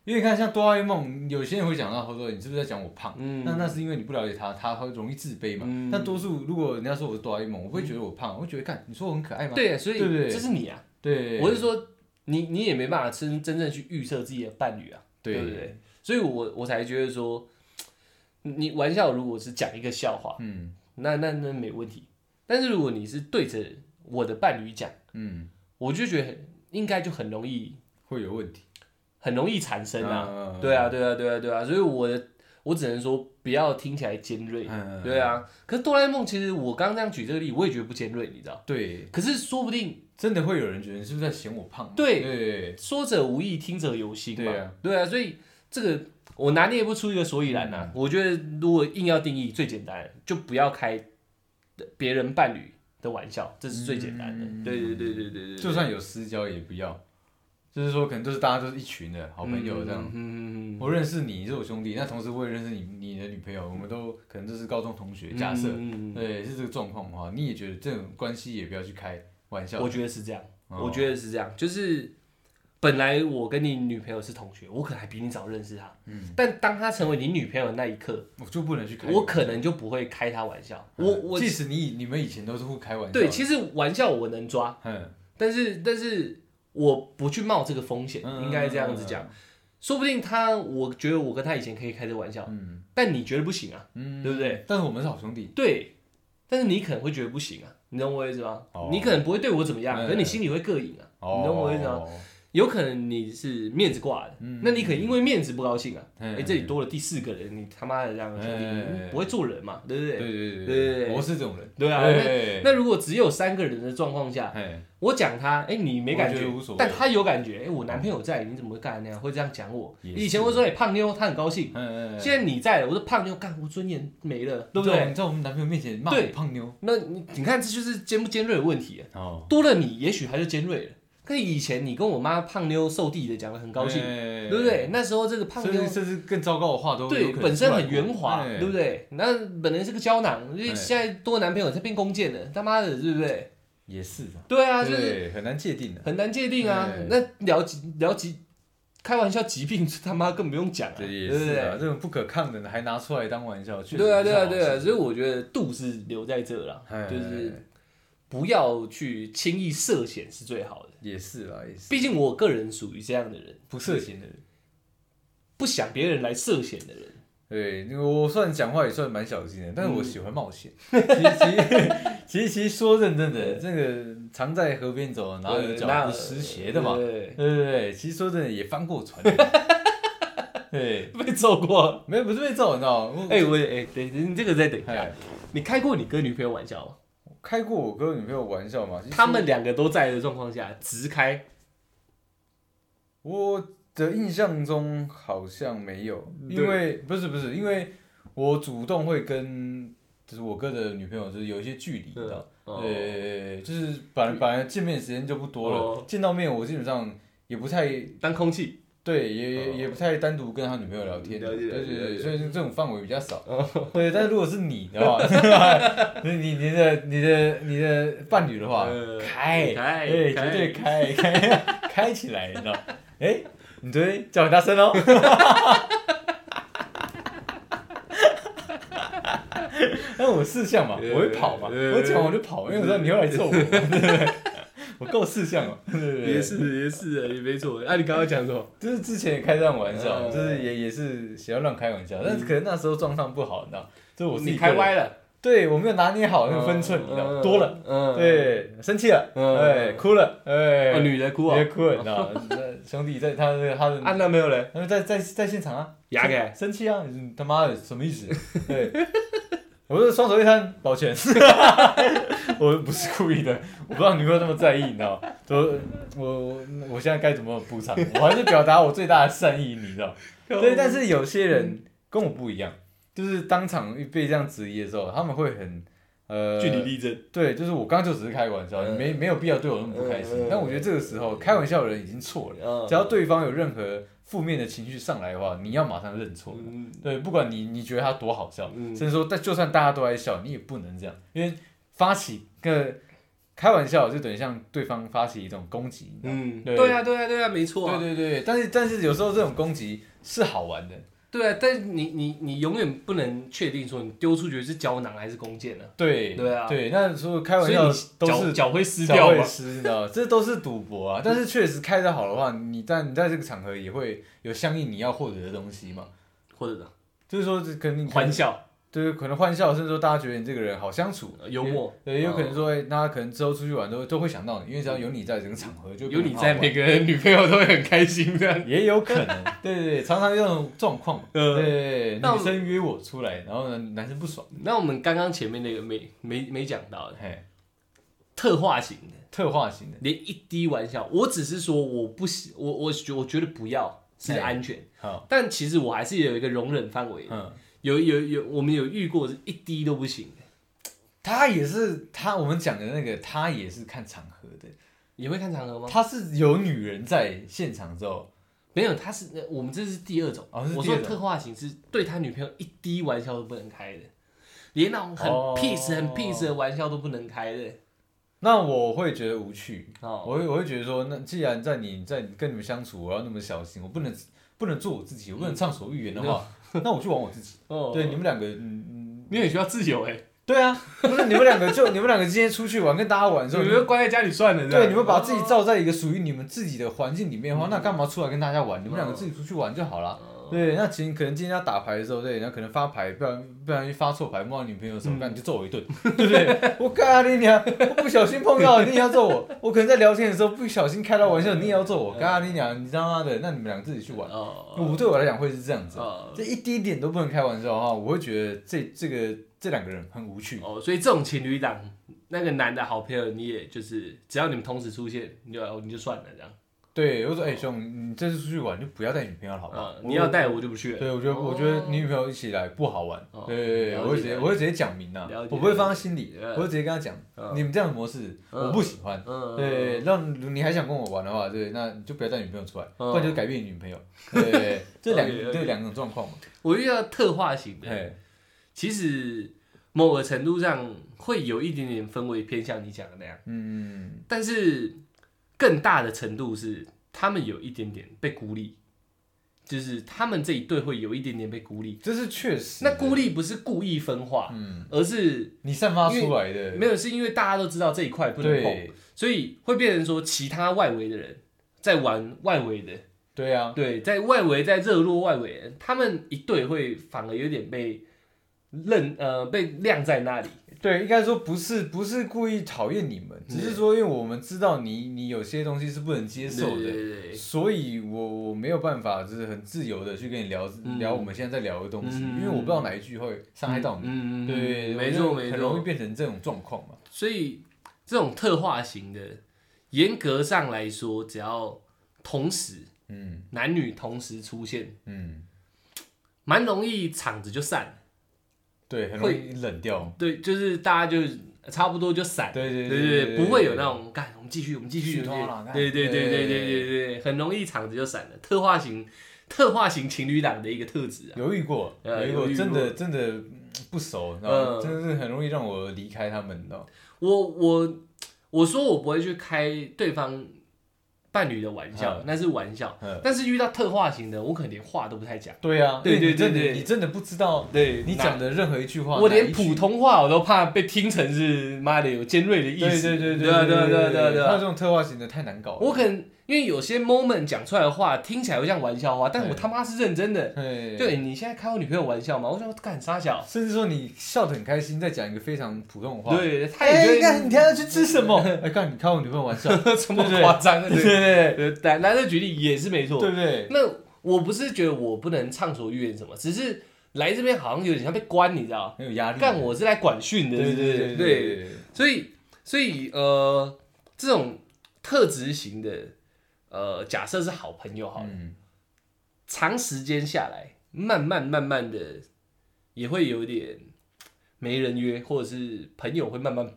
因为你看，像哆啦 A 梦，有些人会讲到，他说你是不是在讲我胖？嗯那那是因为你不了解他，他会容易自卑嘛。嗯但多数如果人家说我是哆啦 A 梦，我不会觉得我胖，我会觉得看你说我很可爱吗？对，所以嗯对不对这是你啊，对，我是说你你也没办法真真正去预测自己的伴侣啊，对对不对？所以我我才觉得说，你玩笑如果是讲一个笑话。嗯那那那没问题。但是如果你是对着我的伴侣讲，嗯，我就觉得很应该就很容易会有问题。很容易产生啊。啊对啊，，对啊，对啊，对啊。所以我的我只能说不要听起来尖锐。嗯对，啊，可是哆啦 A 梦其实我刚刚那样举这个例，我也觉得不尖锐，你知道？对，可是说不定真的会有人觉得你是不是在嫌我胖？对对，说者无意，听者有心嘛。对啊，所以这个我拿捏不出一个所以然嗯呐、啊。我觉得如果硬要定义，最简单的就不要开别人伴侣的玩笑，这是最简单的。嗯对对对对对对对就算有私交也不要，就是说可能都是大家都是一群的好朋友这样。嗯嗯嗯嗯我认识你，你是我兄弟，那同时我也认识你，你的女朋友，我们都可能都是高中同学。嗯假设，嗯嗯嗯对，是这个状况的话，你也觉得这种关系也不要去开玩笑。我觉得是这样，哦我觉得是这样，就是本来我跟你女朋友是同学，我可能还比你早认识她，嗯，但当她成为你女朋友的那一刻，我就不能去开。我可能就不会开她玩笑，我我即使你以你们以前都是互开玩笑的，对，其实玩笑我能抓，嗯，但是但是我不去冒这个风险，嗯应该这样子讲，说不定她，我觉得我跟她以前可以开这玩笑，嗯但你觉得不行啊，嗯，对不对？但是我们是好兄弟，对，但是你可能会觉得不行啊，你懂我意思吗？哦你可能不会对我怎么样，嗯可是你心里会膈应啊，哦你懂我意思吗？？有可能你是面子挂的，嗯那你可能因为面子不高兴啊，哎、嗯这里多了第四个人，你他妈的这样的兄弟，嗯你不会做人嘛，对不对对？对对对对我是这种人，对啊对那如果只有三个人的状况下，哎，我讲他，哎、你没感我觉觉得无所谓嗯但他有感觉，哎、我男朋友在，你怎么会干那样，会这样讲我？也是以前会说，哎、胖妞，他很高兴，嗯，现在你在了，我说胖妞，干，我尊严没了，对不你对？在我们男朋友面前骂对我胖妞，那你你看，这就是尖不尖锐的问题啊、哦，多了你，也许他就尖锐了。跟以前你跟我妈胖妞受地的讲的很高兴，对对不？对？那时候这个胖甚妞至甚至更糟糕的话都有对可能本身很出来过圆滑，哎对不对？那本来是个胶囊，因为哎现在多个男朋友才变弓箭的，他妈的，对不对？也是啊，对啊，就是对，很难界定的。很难界定啊哎。那聊疾聊疾，开玩笑疾病他妈更不用讲了，这对也不是啊，对？这种不可抗的还拿出来当玩笑，确实对啊，不对是啊，好对啊，事所以我觉得度是留在这了哎，就是不要去轻易涉险是最好的。也是啦，也是啊毕竟我个人属于这样的人，不涉嫌的人。不想别人来涉险的人。对，因为我算讲话也算蛮小心的，但是嗯我喜欢冒险。其实 其实其实其实说认真的，这个常在河边走，哪有对脚不湿鞋的嘛？对，对对对，其实说真的也翻 过船的。对，被揍过。没有不是被揍，你知道吗？哎、我也哎、等等，你这个再等一下哎，，你开过你跟女朋友玩笑吗？开过我跟我女朋友玩笑嘛？其实他们两个都在的状况下，直开，我的印象中好像没有，对因为不是不是，因为我主动会跟就是我哥的女朋友就是有一些距离对啊的，哦对，就是本来本来见面时间就不多了哦，见到面我基本上也不太当空气。对，也也也不太单独跟他女朋友聊天，哦了对解了对解了对，解哦所以这种范围比较少。对，但是如果是你的话， 你你你的你的你的伴侣的话呃，开开对，开绝对开开开起来， 你知道？哎，你昨天叫很大声哦。但我四项嘛，对我会跑嘛，对我讲完我就跑，因为我知道你会来揍 我，对不对？我够四项嘛，对对对。也是也是的，也没错。啊，你刚刚讲什么？就是之前也开这样玩笑，嗯就是也也是喜欢乱开玩笑，但是可能那时候状况不好，你知道，就是我自己你开个人，歪了，对我没有拿捏好那个分寸，你知道，多了，，嗯，对，生气了，嗯哎，哭了，哦，哎，女的哭啊别，哭了，你知道，那兄弟在他的他的啊，男朋友嘞，他们在在在现场啊，牙 给生气啊，你他妈的什么意思？对，我是双手一摊，抱歉， 我不是故意的，我不知道你会那么在意，你知道吗？就我我我现在该怎么补偿？我还是表达我最大的善意，你知道吗？对，但是有些人跟我不一样，就是当场被这样质疑的时候，他们会很呃据理力争，对，就是我刚刚就只是开玩笑，嗯没没有必要对我那么不开嗯心嗯。但我觉得这个时候开玩笑的人已经错了。嗯只要对方有任何负面的情绪上来的话，你要马上认错。嗯对，不管你你觉得他多好笑，嗯甚至说，但就算大家都在笑，你也不能这样，因为发起个开玩笑，就等于向对方发起一种攻击。你知道吗嗯，对对啊对啊对啊，没错啊，对对对，但是但是有时候这种攻击是好玩的，对啊，但你你你永远不能确定说你丢出去是胶囊还是弓箭呢，对对啊对，那所有开玩所以笑你都脚是脚会湿脚掉会嘛，湿，你知道吗，这都是赌博啊。但是确实开得好的话，你但你在这个场合也会有相应你要获得的东西嘛，或者就是说这可能你欢，笑、对，可能欢笑，甚至说大家觉得你这个人好相处，幽默，哦对，有可能说，哎、那可能之后出去玩都都会想到你，因为只要有你在，整个场合就有你更好在，玩每个人女朋友都会很开心的。也有可能， 对对对，常常有这种状况，嗯对对那我对，女生约我出来，然后呢，男生不爽，那我们刚刚前面那个没没没讲到的嘿，特化型的，特化型的，连一滴玩笑，我只是说我不喜，我我觉我觉得不要是哎安全，好，但其实我还是有一个容忍范围的，嗯，有有有，我们有遇过是一滴都不行的，他也是他我们讲的那个，他也是看场合的，你会看场合吗？他是有女人在现场之后，没有，他是我们这是第二种。哦是第我二说种的特化型是对他女朋友一滴玩笑都不能开的，连那种很哦 peace、很 peace 的玩笑都不能开的。那我会觉得无趣，哦，我会我会觉得说，那既然在你在跟你们相处，我要那么小心，我不能不能做我自己，我不能畅所欲言的话，那我去玩我自己，嗯 哦对，你们两个，嗯嗯。你很需要自由哎，对啊，不是你们两个就你们两个今天出去玩，跟大家玩的时候，你你们们关在啊家里算了。这对样你们把自己罩在一个属于你们自己的环境里面的话，那干嘛出来跟大家玩？你们两个自己出去玩就好了。对，那其实可能今天要打牌的时候，对，然后可能发牌，不然不然发错牌，摸到女朋友手，那、你就揍我一顿，对不对？我咖喱你啊，我不小心碰到你，你也要揍我。我可能在聊天的时候不小心开到玩笑，你也要揍我，咖喱你啊，你他妈的，那你们两个自己去玩。哦我对我来讲会是这样子，哦这一丁点都不能开玩笑的话，我会觉得这这个这两个人很无趣。哦，所以这种情侣档，那个男的好朋友，你也就是只要你们同时出现，你就你就算了这样。对，我说，哎、兄，你这次出去玩就不要带女朋友了，好不好？啊，我你要。带我就不去了。对，我觉得、我觉得你女朋友一起来不好玩。哦对对对，了解我会直接了解我会直接讲明啊，了解我不会放在心里了，解我会直接跟她讲，嗯你们这样的模式嗯我不喜欢。嗯，对，让你还想跟我玩的话，对，那你就不要带女朋友出来，嗯不然就改变你女朋友。对对 对，这两 OK，OK 这两种状况嘛。我遇到特化型的，哎，其实某个程度上会有一点点氛围偏向你讲的那样，嗯，但是更大的程度是他们有一点点被孤立，就是他们这一对会有一点点被孤立。这是确实的。那孤立不是故意分化，嗯，而是你散发出来的，没有是因为大家都知道这一块不能碰，对所以会变成说其他外围的人在玩外围的，对啊，对，在外围在热络外围，他们一对会反而有点被认呃被晾在那里。对，应该说不是不是故意讨厌你们，只是说因为我们知道你你有些东西是不能接受对的，对对所以我我没有办法就是很自由的去跟你聊嗯聊我们现在在聊的东西，嗯因为我不知道哪一句会伤害到你。嗯嗯，对，没我错觉得没很容易错。变成这种状况嘛。所以这种特化型的，严格上来说，只要同时嗯男女同时出现，嗯，蛮容易场子就散了。对，很容易冷掉。对，就是大家就差不多就散。对对对对对对不会有那种干，我们继续，我们继续续。拖了对对对干对对对对对对，很容易场子就散了。特化型特化型情侣档的一个特质啊，犹豫过，呃犹豫过，犹豫过真的真的嗯不熟，你知道吗嗯？真的是很容易让我离开他们，你知道吗？我我我说我不会去开对方伴侣的玩笑嗯，那是玩笑嗯。但是遇到特化型的，我可能连话都不太讲。对啊，对因对为你真的对对你真的不知道对你讲的任何一句话，我连哪一句普通话我都怕被听成是妈的有尖锐的意对思。对对对啊对啊对啊对啊对他啊这种特化型的太难搞了。我可能因为有些 moment 讲出来的话听起来会像玩笑话，但我对他妈是认真的。对对，你现在开我女朋友玩笑吗？我想说干啥小？甚至说你笑得很开心，在讲一个非常普通的话，对，他哎、也觉那得你天要去吃什什么么？？ 哎，看你开我女朋 友玩笑，你这么对对夸张的。对对对，男男的举例也是没错。对不对？那我不是觉得我不能畅所欲言什么，只是来这边好像有点像被关，你知道？很有压力。干我是来管训的，对是不对是对嗯对对，所以，所以呃，这种特质型的，呃，假设是好朋友好了，嗯，长时间下来，慢慢慢慢的，也会有点没人约，或者是朋友会慢慢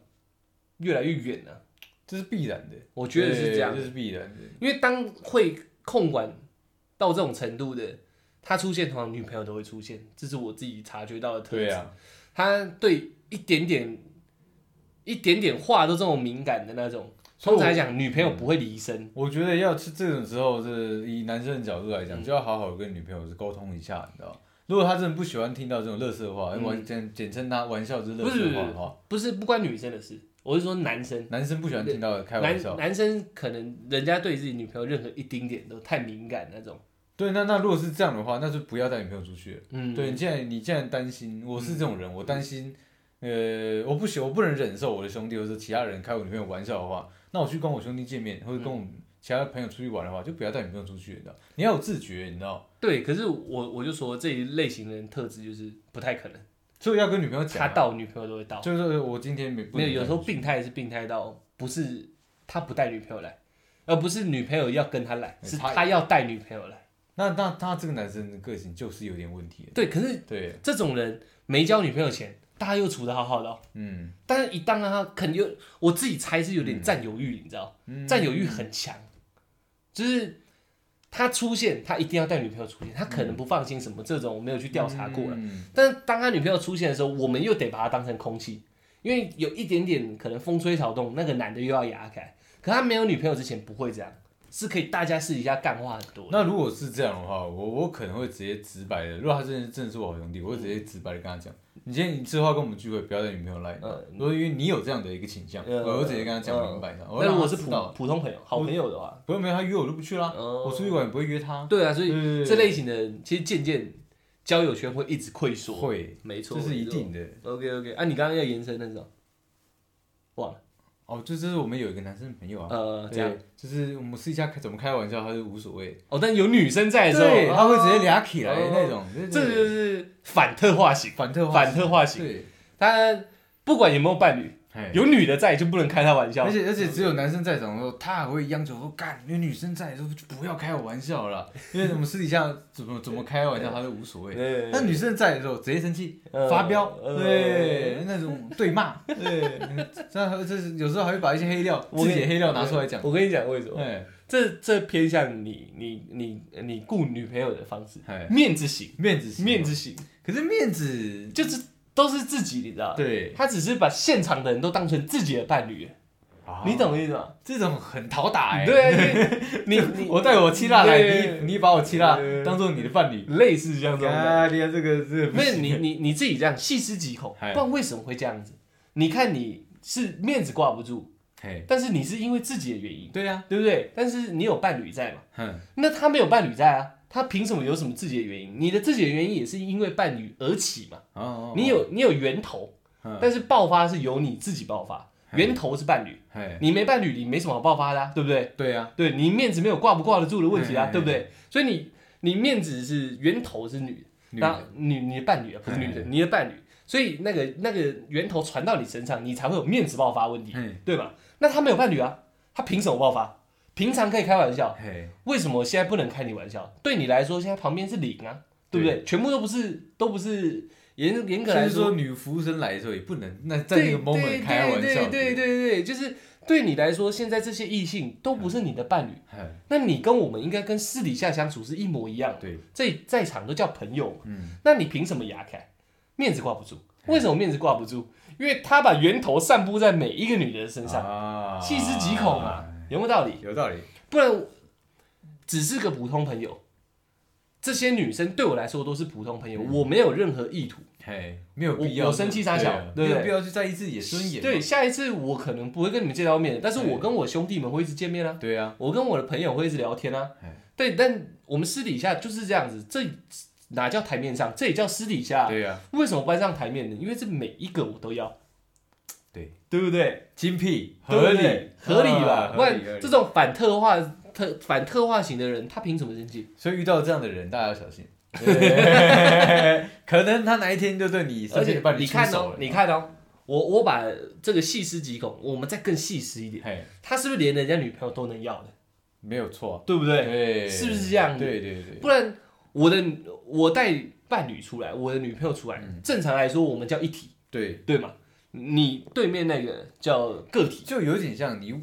越来越远了、这是必然的，我觉得是这样对，这是必然的。因为当会控管到这种程度的，他出现，通常女朋友都会出现，这是我自己察觉到的特质。对啊，他对一点点、一点点话都这么敏感的那种。所通以我嗯常来讲，女朋友不会离身。我觉得要是这种时候，是以男生的角度来嗯讲，就要好好跟女朋友是沟通一下，你知道吗？如果他真的不喜欢听到这种乐色话，嗯玩简简称他玩笑之乐不是色话的话，不是不关女生的事，我是说男生。男生不喜欢听到开玩笑男。男生可能人家对自己女朋友任何一丁点都太敏感那种。对，那那如果是这样的话，那就不要带女朋友出去了。嗯，对，你既然你既然担心，我是这种人，我担心，呃，我不喜，我不能忍受我的兄弟或者其他人开我女朋友玩笑的话，那我去跟我兄弟见面，或者跟我嗯其他朋友出去玩的话，就不要带女朋友出去，你知道？你要有自觉，你知道？对。可是我我就说这一类型的人特质就是不太可能，所以要跟女朋友讲他啊、到女朋友都会到。就是我今天没不没能有，有带时候你出去病态是病态到不是他不带女朋友来，而不是女朋友要跟他来，嗯是他他要带女朋友来。那那他这个男生的个性就是有点问题了，对，可是对，这种人没交女朋友前，大家又处的好好的、哦，嗯，但是一旦让他肯定，我自己猜是有点占有欲，你知道，嗯占有欲很强，就是他出现，他一定要带女朋友出现，他可能不放心什么这种，我没有去调查过了。嗯但是当他女朋友出现的时候，我们又得把他当成空气，因为有一点点可能风吹草动，那个男的又要压开。可他没有女朋友之前不会这样，是可以大家私底下干话很多的。那如果是这样的话，我我可能会直接直白的，如果他真的真的是我好兄弟，我会直接直白的跟他讲，你今天你之后要跟我们聚会，不要带女朋友来，嗯如果因为你有这样的一个倾向，嗯我会直接跟他讲嗯明白的。我会但如让果他是知普道普通朋友、好朋友的话，不会没有他约我就不去啦，哦我出去玩也不会约他，对啊，所以嗯对对对这类型的人其实渐渐交友圈会一直溃缩。，会，没错，这是一定的。 OK OK，啊，你刚刚要延伸那种，忘了，哦，就就是我们有一个男生朋友啊，呃，这样对，就是我们私底下开怎么开玩笑，他就无所谓，哦，但有女生在的时候，对，他会直接聊，俩起来哦那种，对这对就对是反特化型，反特反特化型，对，他不管有没有伴侣，哎有女的在就不能开他玩笑而，且而且只有男生在场的时候，他还会央求说：“干，有女生在的时候就不要开我玩笑 了，因为我们私底下怎么怎么开玩笑，他都无所谓。对那女生在的时候直接生气呃，发飙，呃对那种 对骂，对，这样还会这是有时候还会把一些黑料，我自己跟的黑料拿出来讲，我跟你讲为什么，哎这这偏向你你你你雇女朋友的方式，哎，面子型，面子行面，子型，可是面子就是都是自己，你知道吗？对，他只是把现场的人都当成自己的伴侣，你懂我意思吗？这种很讨打哦哎，啊 对啊，你你你我带我七辣来，对你你把我七辣对当做你的伴侣，类似像这种感觉，啊，你看这个是不 没有行你你你自己这样细思极恐，不嗨然为什么会这样子？你看你是面子挂不住，嘿，但是你是因为自己的原因，对呀，对不对？但是你有伴侣在嘛？哼。那他没有伴侣在啊，他凭什么有什么自己的原因？你的自己的原因也是因为伴侣而起嘛？哦，你有你有源头，嗯，但是爆发是由你自己爆发，源头是伴侣，哎，你没伴侣你没什么好爆发的、啊，对不对？对呀，对你面子没有挂不挂得住的问题啊，嗯对不对？所以你你面子是源头是女的，女那的女你的伴侣啊，不是女的，嗯你的伴侣，所以那个那个源头传到你身上，你才会有面子爆发问题，嗯对吧？那他没有伴侣啊，他凭什么爆发？平常可以开玩笑，嘿，为什么现在不能开你玩笑？对你来说，现在旁边是零啊，对不对？全部都不是都不是严严格所来以说，女服务生来的时候也不能那在那对个 moment 开玩笑。对对对对对，就是对你来说，现在这些异性都不是你的伴侣，嗨，那你跟我们应该跟私底下相处是一模一样的，对，在在场都叫朋友嘛，嗯，那你凭什么牙开？面子挂不住，为什么面子挂不住？因为他把源头散布在每一个女人身上，啊哎细思极恐啊嘛，有没有道理？有道理。不然我只是个普通朋友，这些女生对我来说都是普通朋嗯友，我没有任何意图。嘿，没有我必要，我生气傻小对对不啊没有对必要去在意自己的尊严。对，，下一次我可能不会跟你们见到面，但是哎我跟我兄弟们会一直见面啊，对啊，我跟我的朋友会一直聊天啊哎。对，但我们私底下就是这样子，这哪叫台面上？这也叫私底下。对啊，为什么搬上台面呢？因为这每一个我都要，对，对不对？精辟，对不合理对，合理吧啊？不合然理合这理。种反特化、特反特化型的人，他凭什么生气？所以遇到这样的人，大家要小心。对 可能他哪一天就对你，而且把你出看手哦了，，你看哦，我我把这个细思极恐，我们再更细思一点，嘿，他是不是连人家女朋友都能要的，没有错，对不对？对，是不是这样对对对，不然我的我带伴侣出来，我的女朋友出来，嗯正常来说我们叫一体，对，对吗？你对面那个叫个体，就有点像你，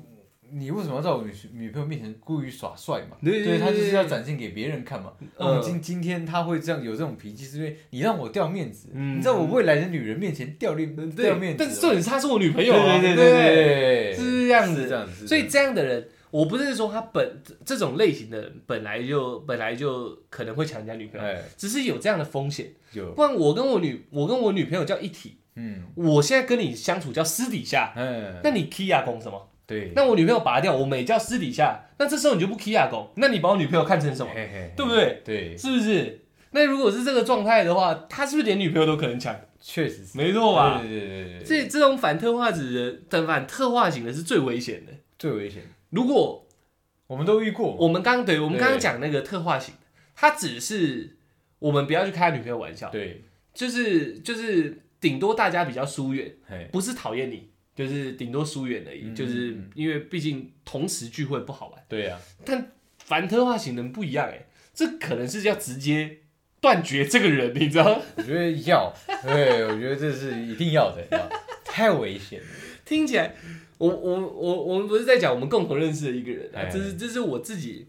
你为什么要在我女女朋友面前故意耍帅嘛？对对对嗯他就是要展现给别人看嘛。那我今今天他会这样有这种脾气，是因为你让我掉面子，嗯你在我未来的女人面前掉面掉对面，子但了，是重点是她是我女朋对友啊，对对不对，是这样是子这。样子，所以是这样的人，我不是说他本这这种类型的人本来就本来就可能会抢人家女这朋样友，哎，只是有这样的风险。有不然我跟我女我跟我女朋友叫一体，嗯我现在跟你相处叫私底下，嗯，那你 Kia 拱什么？对，那我女朋友拔掉，我们也叫私底下，那这时候你就不 Kia 拱，那你把我女朋友看成什么？嘿嘿，对不对？对，是不是？那如果是这个状态的话，他是不是连女朋友都可能抢？确实是，没错啊吧？对对对对对，这这种反特化子的等反特化型的是最危险的。最危险，如果我们都遇过嘛，我们刚对，我们刚刚对讲那个特化型，他只是我们不要去开女朋友玩笑，对，就是就是顶多大家比较疏远，嘿，不是讨厌你，就是顶多疏远而已，嗯就是嗯因为毕竟同时聚会不好玩。对啊呀，但反特化型人不一样哎、这可能是要直接断绝这个人，你知道吗？我觉得要， 对，我觉得这是一定要的，你知 道吗太危险了， 听起来，我我我我们不是在讲我们共同认识的一个人啊，哎这是这是我自己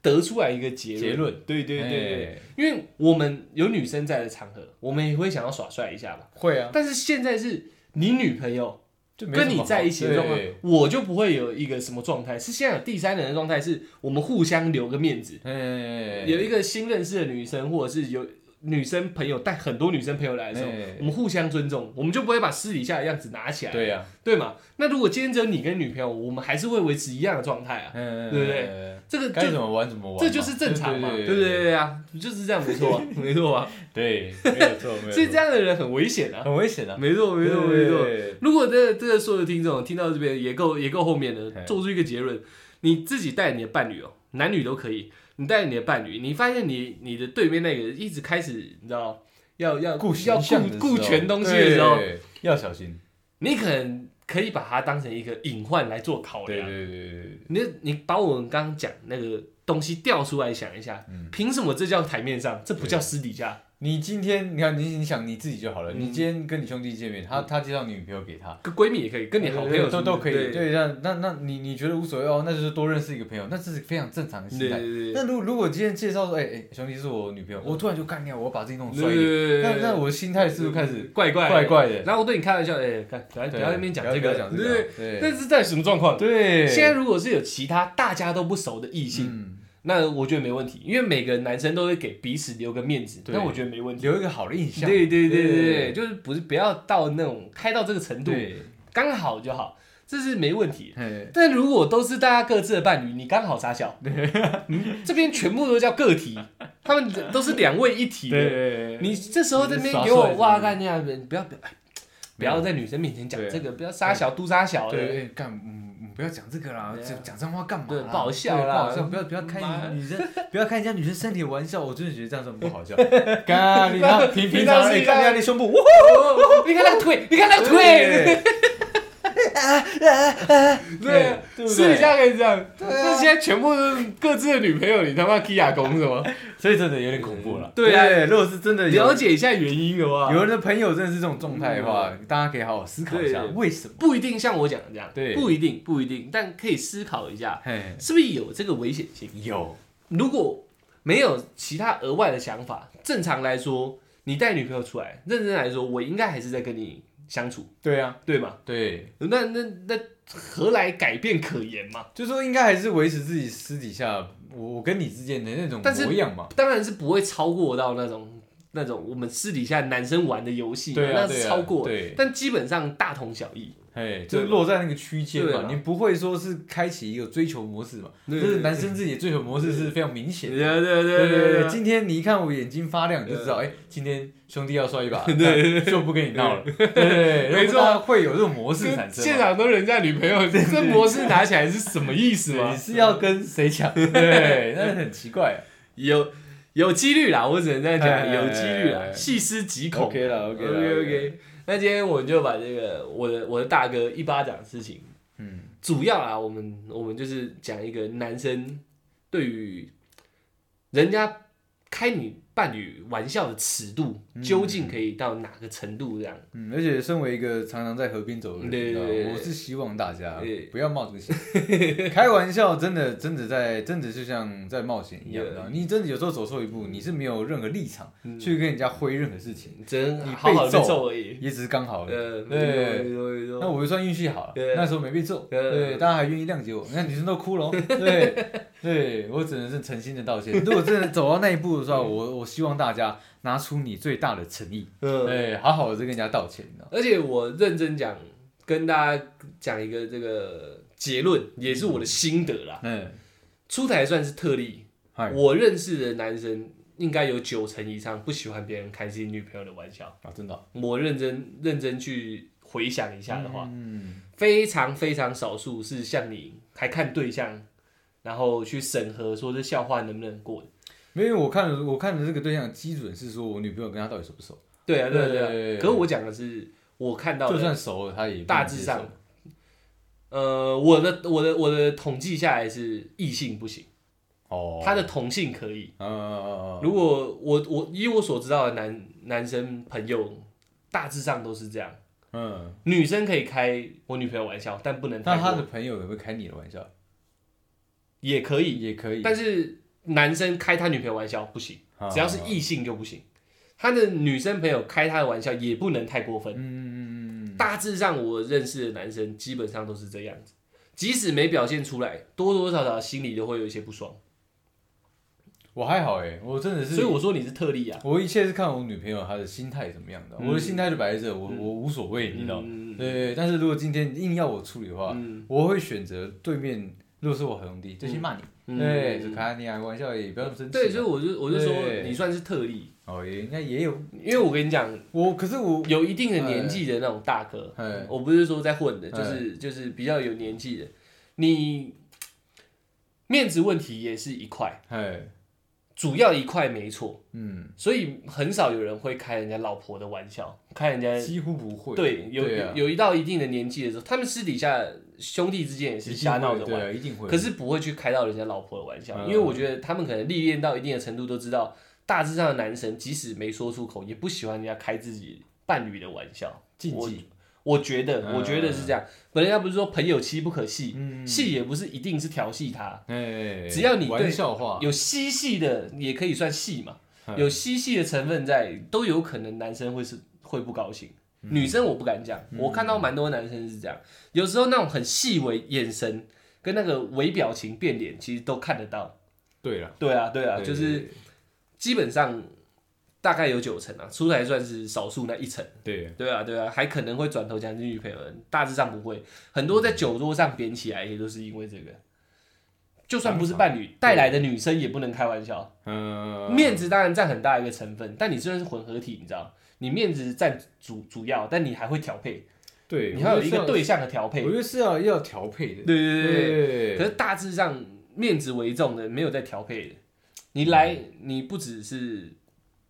得出来一个结论。结论对对对对。哎，因为我们有女生在的场合，我们也会想要耍帅一下吧。会啊，但是现在是你女朋友就没什跟么你好在一起的状况对，我就不会有一个什么状态。是现在有第三人的状态，是我们互相留个面子。哎，有一个新认识的女生，或者是有女生朋友带很多女生朋友来的时候哎，我们互相尊重，我们就不会把私底下的样子拿起来，对呀，对吗？那如果今天只有你跟女朋友，我们还是会维持一样的状态啊。嗯，对不对对？这个该怎就么玩怎么玩嘛，这就是正常嘛，对不对？对啊，就是这样，没错啊，没错啊。对，没有错，没有错所以这样的人很危险啊。很危险 啊，没错，没错，没错。对如果这这个所有听众听到这边也够也够后面的，嘿做出一个结论：你自己带你的伴侣哦，男女都可以。你带你的伴侣，你发现你你的对面那个一直开始，你知道要要顾要顾形象的时候顾全东西的时候，对要小心，你可能可以把它当成一个隐患来做考对量。对对对对，你你把我们刚刚讲那个东西调出来想一下，嗯凭、什么这叫台面上，这不叫私底下？你今天你看你你想你自己就好了，嗯你今天跟你兄弟见面，他他介绍女朋友给他。跟闺蜜也可以，跟你好朋友对对对都什么的都可以，对对，那那那你你觉得无所谓哦，那就是多认识一个朋友，那这是非常正常的心对态。对对那如如果今天介绍说，哎、哎、兄弟是我女朋友，我突然就干掉，我把自己弄对衰一点，对，那那我心态是不是开始怪怪怪怪的？然后我对你开玩笑，哎、看，不要不对要在那边讲这不个，要不要讲这对个，对。对但是在什么状况？对，现在如果是有其他大家都不熟的异性，嗯，那我觉得没问题，因为每个男生都会给彼此留个面子，对那我觉得没问题。留一个好的印象，对对对对对，对就是不是不要到那种开到这个程度，对，刚好就好，这是没问题。嘿但如果都是大家各自的伴侣，你刚好傻小，嗯这边全部都叫个体，他们都是两位一体的，对，你这时候这边给耍我帅哇是不是干你啊！不要不要，哎不要在女生面前讲对啊这个，不要杀小嘟杀小的，对，哎干，嗯，嗯不要讲这个啦，对啊讲讲脏话干嘛啦？对不好笑啦对不好笑，不要不要妈开女生，不要开人家女生身体的玩笑，我真的觉得这样子很不 好笑。干，你看平平平常常是哎一个哦看人家的胸部，哇哦你看那个腿，你看那个腿，对啊对啊，对对不对私底下可以这样，对啊那现在全部都是各自的女朋友，你他妈踢哑公什么？所以真的有点恐怖了。哎对啊如果是真的有了解一下原因的话，有人的朋友真的是这种状态的话，大家可以好好思考一下对为什么。不一定像我讲的这样，对不一定，不一定，但可以思考一下，嘿，是不是有这个危险性？有如果没有其他额外的想法，正常来说，你带女朋友出来，认真来说，我应该还是在跟你相处，对啊，对吗？对，那那那何来改变可言嘛？就说应该还是维持自己私底下我我跟你之间的那种但是模样嘛。当然是不会超过到那种那种我们私底下男生玩的游戏，对啊那是超过的，对啊对但基本上大同小异。嘿，对就落在那个区间对嘛啦，你不会说是开启一个追求模式嘛？就对是男生自己的追求模式是非常明显的。对对对对对，对，今天你一看我眼睛发亮，你就知道，哎，今天兄弟要摔一把，对，就不跟你闹了。对对，没没错错，会有这种模式产生现嘛。场都人家女 朋友，这模式拿起来是什么意思对，吗你？是要跟谁抢？对，那很奇怪啊。有有几率啦，我只能这样哎讲，哎有几率啦哎，哎细思极恐。 OK 啦，OK 啦 OK OK OK。那今天我们就把这个我的我的大哥一巴掌的事情，嗯，主要啊，我们我们就是讲一个男生对于人家开你伴侣玩笑的尺度，究竟可以到哪个程度这样？嗯，而且身为一个常常在河边走的人，对你知道吗对对我是希望大家对不要冒这个险。 开玩笑，真的真的在真的就像在冒险一样，对嗯你知道吗你真的有时候走错一步，你是没有任何立场去跟人家挥任何事情，真你被好好的揍揍而已。也只是刚好而已。呃，对没错没错没那错我就算运气好了对，那时候没被揍，对对，大家还愿意谅解我，那女生都哭了哦，对， 对我只能是诚心的道歉。如果真的走到那一步的话，我我希望大家拿出你最大的诚意，嗯。对，好好的跟人家道歉，你知道吗而且我认真讲，跟大家讲一个这个结论，也是我的心得啦。嗯，出台算是特例，嗨我认识的男生应该有九成以上不喜欢别人开自己女朋友的玩笑。啊，真的哦，我认真认真去回想一下的话，嗯。非常非常少数是像你还看对象，然后去审核说这笑话能不能过的。没有，我看了，我看了这个对象的基准是说我女朋友跟他到底熟不熟，对啊，对啊，对对对对啊。对可我讲的是我看到就的算熟了，他也不能大致接受上，呃，我的我的我的统计下来是异性不行，哦，他的同性可以。嗯嗯嗯嗯如果我我以我所知道的男男生朋友，大致上都是这样。嗯，女生可以开我女朋友玩笑，但不能那太他的过，朋友也会开你的玩笑，也可以。也可以，但是男生开他女朋友玩笑不行，啊只要是异性就不行。他的女生朋友开他的玩笑也不能太过分。嗯嗯嗯嗯大致上我认识的男生基本上都是这样子，即使没表现出来，多多少少心里都会有一些不爽。嗯，我还好哎，我真的是，所以我说你是特例啊，我一切是看我女朋友她的心态怎么样的，啊嗯我的心态就摆在这，我我无所谓，你知道吗，嗯对，但是如果今天硬要我处理的话，嗯我会选择对面，如果是我兄弟，就先骂你，嗯对，就开你啊玩笑，也不要那么生气，啊对，所以我就我就说对你算是特例，哦，也应该也有因为我跟你讲，我，可是我有一定的年纪的那种大哥哎，我不是说在混的，就是就是比较有年纪的，你面子问题也是一块，哎，主要一块没错，嗯，所以很少有人会开人家老婆的玩笑，开人家。几乎不会。对，有对啊有一到一定的年纪的时候，他们私底下兄弟之间也一定是会瞎闹着玩对，啊，一定会。可是不会去开到人家老婆的玩笑，嗯因为我觉得他们可能历练到一定的程度，都知道大致上的男生即使没说出口，也不喜欢人家开自己伴侣的玩笑。禁我忌，我觉得，嗯我觉得是这样。本来人家不是说朋友妻不可戏，嗯，戏也不是一定是调戏他，哎，只要你对玩笑话，有嬉戏的也可以算戏嘛，嗯有嬉戏的成分在，都有可能男生会是会不高兴。嗯女生我不敢讲，我看到蛮多男生是这样，有时候那种很细微眼神跟那个微表情变脸，其实都看得到。对了，对啊，对啊，对就是基本上大概有九成啊，出来算是少数那一层。对，对啊，对啊，还可能会转头讲女朋友，大致上不会。很多在酒桌上扁起来，也都是因为这个。就算不是伴侣带来的女生，也不能开玩笑。嗯，面子当然占很大一个成分，但你虽然是混合体，你知道，你面子占主主要，但你还会调配，对，你还有一个对象，象的调配。我觉得是要要调配的，对对对对，对可是大致上面子为重的，没有在调配的。你来，嗯你不只是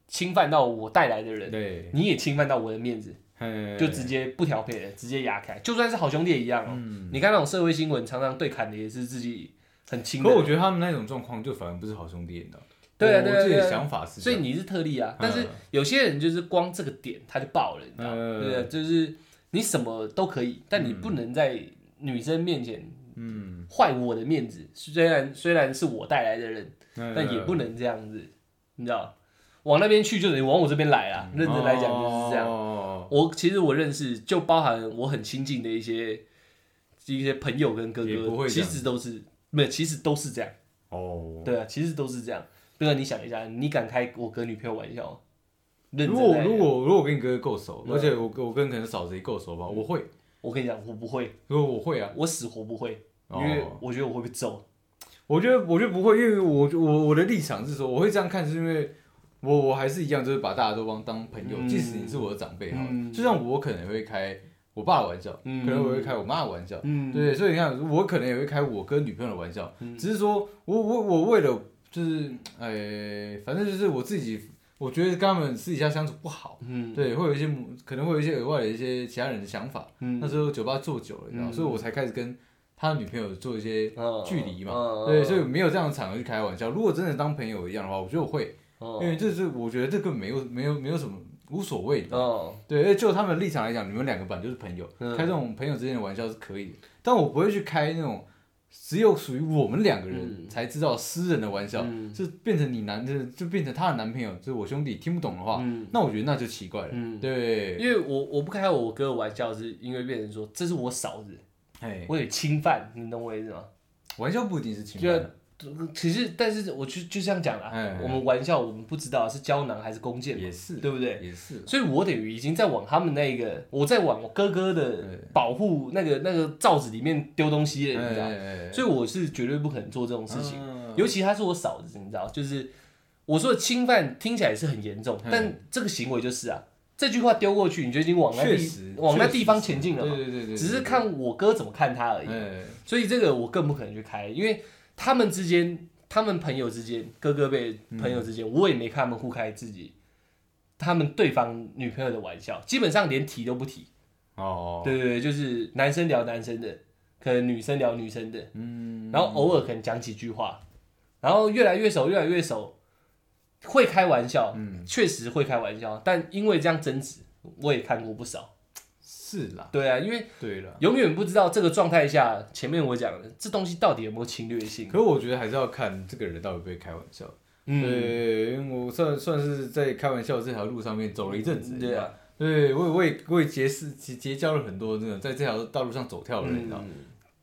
侵犯到我带来的人，对，你也侵犯到我的面子，嗯就直接不调配了，直接压开。就算是好兄弟也一样哦。嗯你看那种社会新闻，常常对砍的也是自己很亲可的，我觉得他们那种状况就反而不是好兄弟，你知道吗？对啊我对啊我自己对的啊想法是这所以样，你是特例啊嗯。但是有些人就是光这个点他就爆了，你知道吗？嗯对啊，就是你什么都可以，但你不能在女生面前嗯，坏我的面子。虽然虽然是我带来的人，但但也不能这样子，你知道？往那边去就等于往我这边来嗯啦。认真来讲就是这样。哦样。我其实我认识，就包含我很亲近的一些一些朋友跟哥也不哥，会这其样实都是没有，其实都是这样。哦，对啊，其实都是这样。哥哥，你想一下，你敢开我哥女朋友玩笑吗？认如真果来如果如果我跟你哥哥够熟，对啊嗯而且我跟我跟可能嫂子也够熟吧，我会，我跟你讲，我不会，如果我会啊，我死活不会，因哦为我觉得我会被揍。我觉得我觉得不会，因为我我我的立场是说，我会这样看，是因为我我还是一样，就是把大家都当当朋友，嗯即使你是我的长辈哈嗯，就像我可能会开我爸的玩笑，可嗯能我会开我妈的玩笑，嗯，对，所以你看，我可能也会开我跟女朋友的玩笑，嗯只是说我我我为了就是，哎、反正就是我自己，我觉得跟他们私底下相处不好，嗯，对，会有一些可能会有一些额外的一些其他人的想法。嗯，那时候酒吧做久了，你知道，嗯所以我才开始跟他的女朋友做一些嗯距离嘛，嗯对，所以没有这样的场合去开玩笑。如果真的当朋友一样的话，我觉得我会，哦因为这是我觉得这个没有没有没有什么无所谓的。哦，对，而且就他们的立场来讲，你们两个本来就是朋友，嗯开这种朋友之间的玩笑是可以的，但我不会去开那种只有属于我们两个人嗯才知道私人的玩笑，嗯就变成你男的，就变成他的男朋友，就是我兄弟听不懂的话，嗯那我觉得那就奇怪了。嗯，对，因为我我不开我哥的玩笑，是因为变成说这是我嫂子，哎，我有侵犯，你懂我意思吗？玩笑不一定是情感的，其实，但是我就就这样讲啦哎，我们玩笑，我们不知道是胶囊还是弓箭嘛，也是对不对？也是，所以我等于已经在往他们那个，我在往我哥哥的对保护那个那个罩子里面丢东西了，你知道吗？哎所以我是绝对不可能做这种事情，嗯尤其他是我嫂子，你知道，就是我说的侵犯听起来是很严重，嗯但这个行为就是啊，这句话丢过去，你就已经往那确地实往那确实地方前进了对嘛，对对对对，只是看我哥怎么看他而已。哎，所以这个我更不可能去开，因为他们之间，他们朋友之间，哥哥辈嗯朋友之间，我也没看他们互开自己他们对方女朋友的玩笑，基本上连提都不提。哦，对对对，就是男生聊男生的，可能女生聊女生的，嗯，然后偶尔可能讲几句话，然后越来越熟，越来越熟，会开玩笑，嗯确实会开玩笑，但因为这样争执，我也看过不少。是啦，对啊，因为对啦。永远不知道这个状态下，前面我讲的这东西到底有没有侵略性。可我觉得还是要看这个人到底会不会开玩笑。嗯，对，因为我算算是在开玩笑这条路上面走了一阵子，对啊，对，我也我也我也结识结结交了很多那种在这条道路上走跳的人，你知道吗，嗯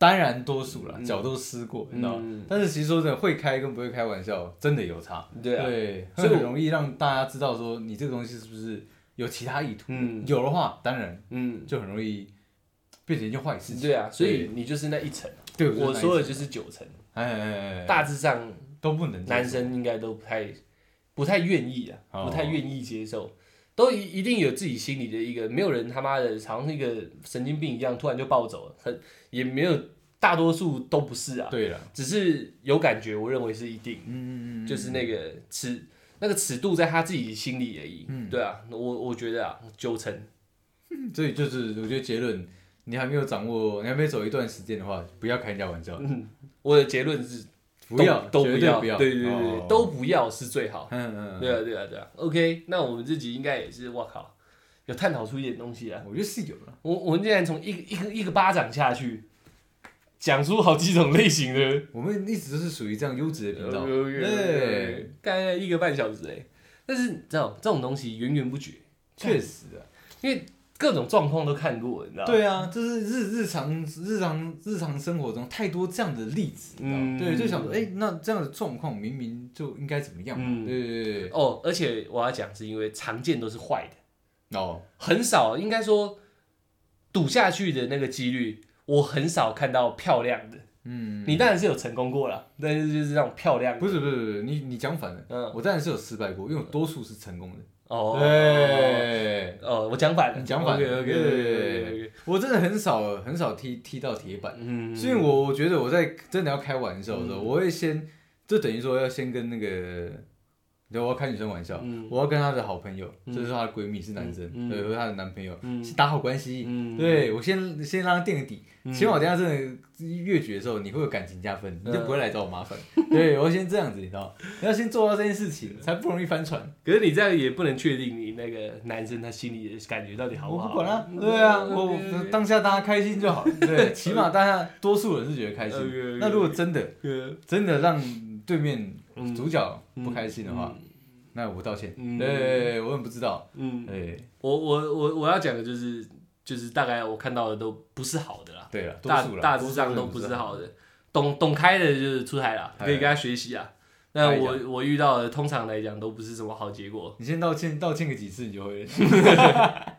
当然多数啦，脚都湿过，你知道吗，嗯但是其实说真的，会开跟不会开玩笑真的有差，对啊，对，所以会我很容易让大家知道说你这个东西是不是有其他意图，嗯有的话当然嗯，就很容易变成一件坏事情，对啊，所以你就是那一层，对，我说的就是九层，哎哎哎，哎大致上都不能接受男生应该都不太不太愿意啊，哦不太愿意接受。都一一定有自己心里的一个，没有人他妈的好像那个神经病一样，突然就暴走了，很也没有，大多数都不是啊，对了，只是有感觉，我认为是一定。嗯嗯嗯，就是那个尺那个尺度在他自己心里而已。嗯对啊，我我觉得啊，九成。所以就是我觉得结论，你还没有掌握，你还没走一段时间的话，不要开人家玩笑，嗯，我的结论是不要都绝不对要，不要，对对对对哦，都不要是最好。嗯嗯，对啊对啊对啊。OK，那我们这集应该也是，我靠，有探讨出一点东西啊。我觉得是有了，我我们竟然从一个一个一个巴掌下去，讲出好几种类型的。我们一直都是属于这样优质的频道，对，对，大概一个半小时哎、但是你知道这种东西源源不绝，确实啊，因为各种状况都看过，你知道吗？对啊，就是日日常日常日常生活中太多这样的例子，你知道吗嗯对，就想说，哎，那这样的状况明明就应该怎么样嘛，嗯对对对对，哦，而且我要讲是因为常见都是坏的，哦，很少应该说赌下去的那个几率，我很少看到漂亮的。嗯，你当然是有成功过了，但是就是那种漂亮的不是不是不是，你你讲反了，嗯我当然是有失败过，因为我多数是成功的，哦。对。哦，我讲反了，你讲反了 OK OK 对对对 OK 对 OK。我真的很少很少踢踢到铁板，嗯，是因为我我觉得我在真的要开玩笑的时候，我会先就等于说要先跟那个对，我要开女生玩笑，嗯我要跟她的好朋友，就是她的闺蜜是男生，嗯嗯对，和她的男朋友、嗯是打好关系，嗯对我先先让她垫个底，嗯起码我等一下真的越举的时候，你会有感情加分，你就嗯不会来找我麻烦。 对我要先这样子，你知道，你要先做到这件事情，才不容易翻船。可是你这样也不能确定你那个男生他心里的感觉到底好我好。嗯不管啦、对啊，我我当下大家开心就好， 对，起码大家多数人是觉得开 OK，OK，OK 心。那如果真的呃真的让对面嗯主角不开心的话，那我道歉。嗯对，我很不知道。哎嗯，对，我我我我要讲的就是就是大概我看到的都不是好的啦，对了，多大数啦大多致数上人都不是好的。懂懂开的就是出海啦，哎可以跟他学习啊。那我我遇到的通常来讲都不是什么好结果，你先道歉，道歉个几次你 就会了。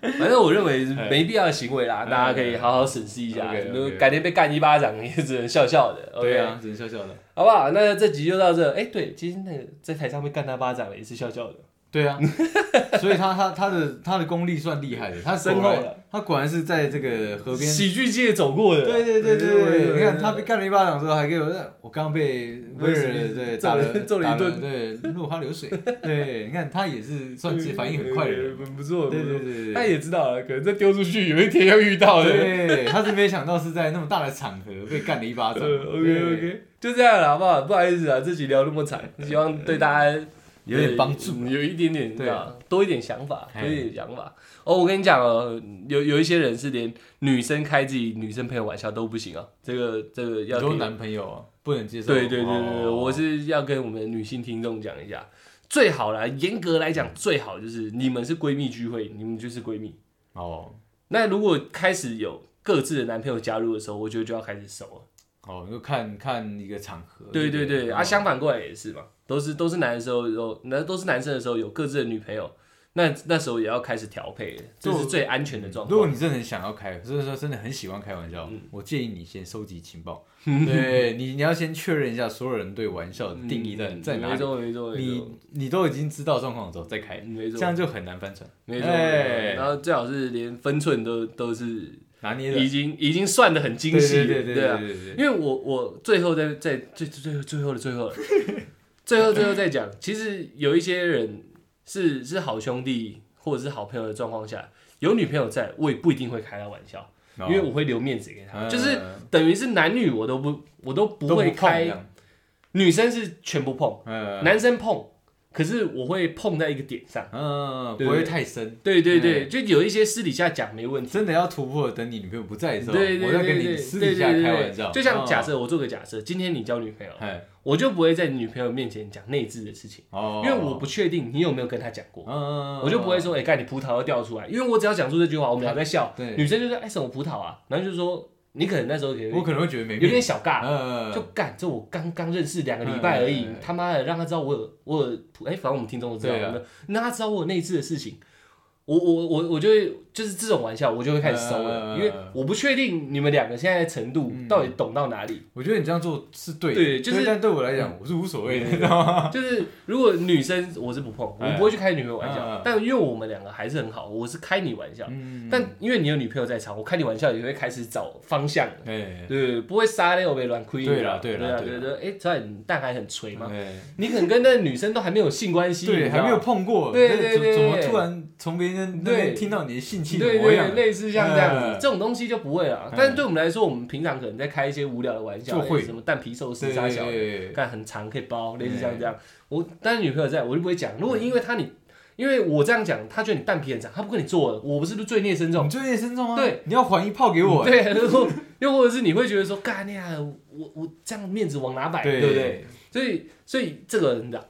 反正我认为是哎没必要的行为啦，哎大家可以好好审视一下。 OK，OK，OK 如果改天被干一巴掌，也只能笑笑的。对啊，只能笑笑的。好不好？那这集就到这。哎、对，今天那个在台上被干他巴掌的也是笑笑的。对啊， 所以他他他的他的功力算厉害的，他深身厚后了他果然是在这个河边。喜剧界走过的，对对对对对，你看他被被干了一巴掌之后，还给我，呃我刚刚被威尔对揍打了了揍了一顿打对，落花流水。对，你看他也是算是反应很快的 人，很不错，对对不错对对他也知道了，可能再丢出去，有一天要遇到的。对，他是没想到是在那么大的场合被干了 一巴掌。呃 OK OK，就这样了，好不好？不好意思啊，这集聊那么长，希望对大家哎有点帮助呃有一点点对啊啊，多一点想法，哎多一点想法。哦，我跟你讲哦，有有一些人是连女生开自己女生朋友玩笑都不行啊，这个这个对，要很多听男朋友啊不能接受。对对对对，对哦我是要跟我们女性听众讲一下，最好啦，严格来讲，最好就是你们是闺蜜聚会，你们就是闺蜜。哦那如果开始有各自的男朋友加入的时候，我觉得就要开始熟了。哦，就看看一个场合。对对对，啊，哦相反过来也是嘛，都是都是男的时候有，那都是男生的时候有各自的女朋友，那那时候也要开始调配了，这对是最安全的状如果况。嗯你真的很想要开，就是说真的很喜欢开玩笑，我建议你先收集情报。 对你，你要先确认一下所有人对玩笑的定义在嗯在哪没里。错没错没错你你都已经知道状况的时候再开，没这错样就很难翻船。没错，哎然后最好是连分寸都都是拿捏的已经已经算的很精细了，对对对啊。对对因对为我我最后再再最最最后最后的最后了，最后最后再讲，其实有一些人是是好兄弟或者是好朋友的状况下，有女朋友在，我也不一定会开他玩笑，哦啊因为我会留面子给他，嗯就是等于是男女我都不我都不都会碰一开，样女生是全不碰，嗯男生碰，可是我会碰在一个点上，嗯，对不会太深。对对对，就有一些私底下讲没问题。真的要突破，等你女朋友不在的时候，对对对我再跟对你对私底下对对开对玩笑。就像假哦，设我做个假设，今天你交女朋友，哎，我就不会在女朋友面前讲内置的事情，哦因，为我不确定你有没有跟她讲过，嗯，嗯，我就不会说，哎，干你葡萄要掉出来，因为我只要讲出这句话，我们俩在笑，对女生就说，哎，什么葡萄啊？然后就说，你可能那时候可能嗯我可能会觉得没有点面子，小尬，嗯，就干这我刚刚认识两个礼拜而已嗯嗯嗯，嗯他妈的让他知道我有我有葡，哎，反正我们听众都知道，对啊我们让他知道我有内置的事情。我我我我就会就是这种玩笑，我就会开始收了，嗯嗯嗯嗯嗯因为我不确定你们两个现在的程度到底懂到哪里。我觉得你这样做是对的，对就是嗯但对我来讲，我是无所谓的，你知道 吗？就是如果女生我是不碰，我不会去开女朋友玩笑，哎嗯但因为我们两个还是很好，我是开你玩笑，嗯，但因为你有女朋友在场，我开你玩笑也会开始找方向了，哎，对，不会撒那我被乱亏你对啦对对啦对对啦对，哎，这你蛋还很垂嘛，哎你可能跟那个女生都还没有性关系，你对，知道还吗没有碰过，对那对怎对怎么对突然从别人那对边听到你的性器的对模样对，，类似像这样子嗯，这种东西就不会了嗯。但是对我们来说，我们平常可能在开一些无聊的玩笑，就会什么蛋皮寿司、对沙对小的，对对，干很长可以包，类似像对这样。我但是女朋友在我就不会讲，如果因为她你，因为我这样讲，她觉得你蛋皮很长，她不跟你做了，我不是不是罪孽深重你？最近身重啊，对，你要还一炮给我，对，然后又或者是你会觉得说，干你啊，我我这样面子往哪摆，对对不对？？所以所以这个人的，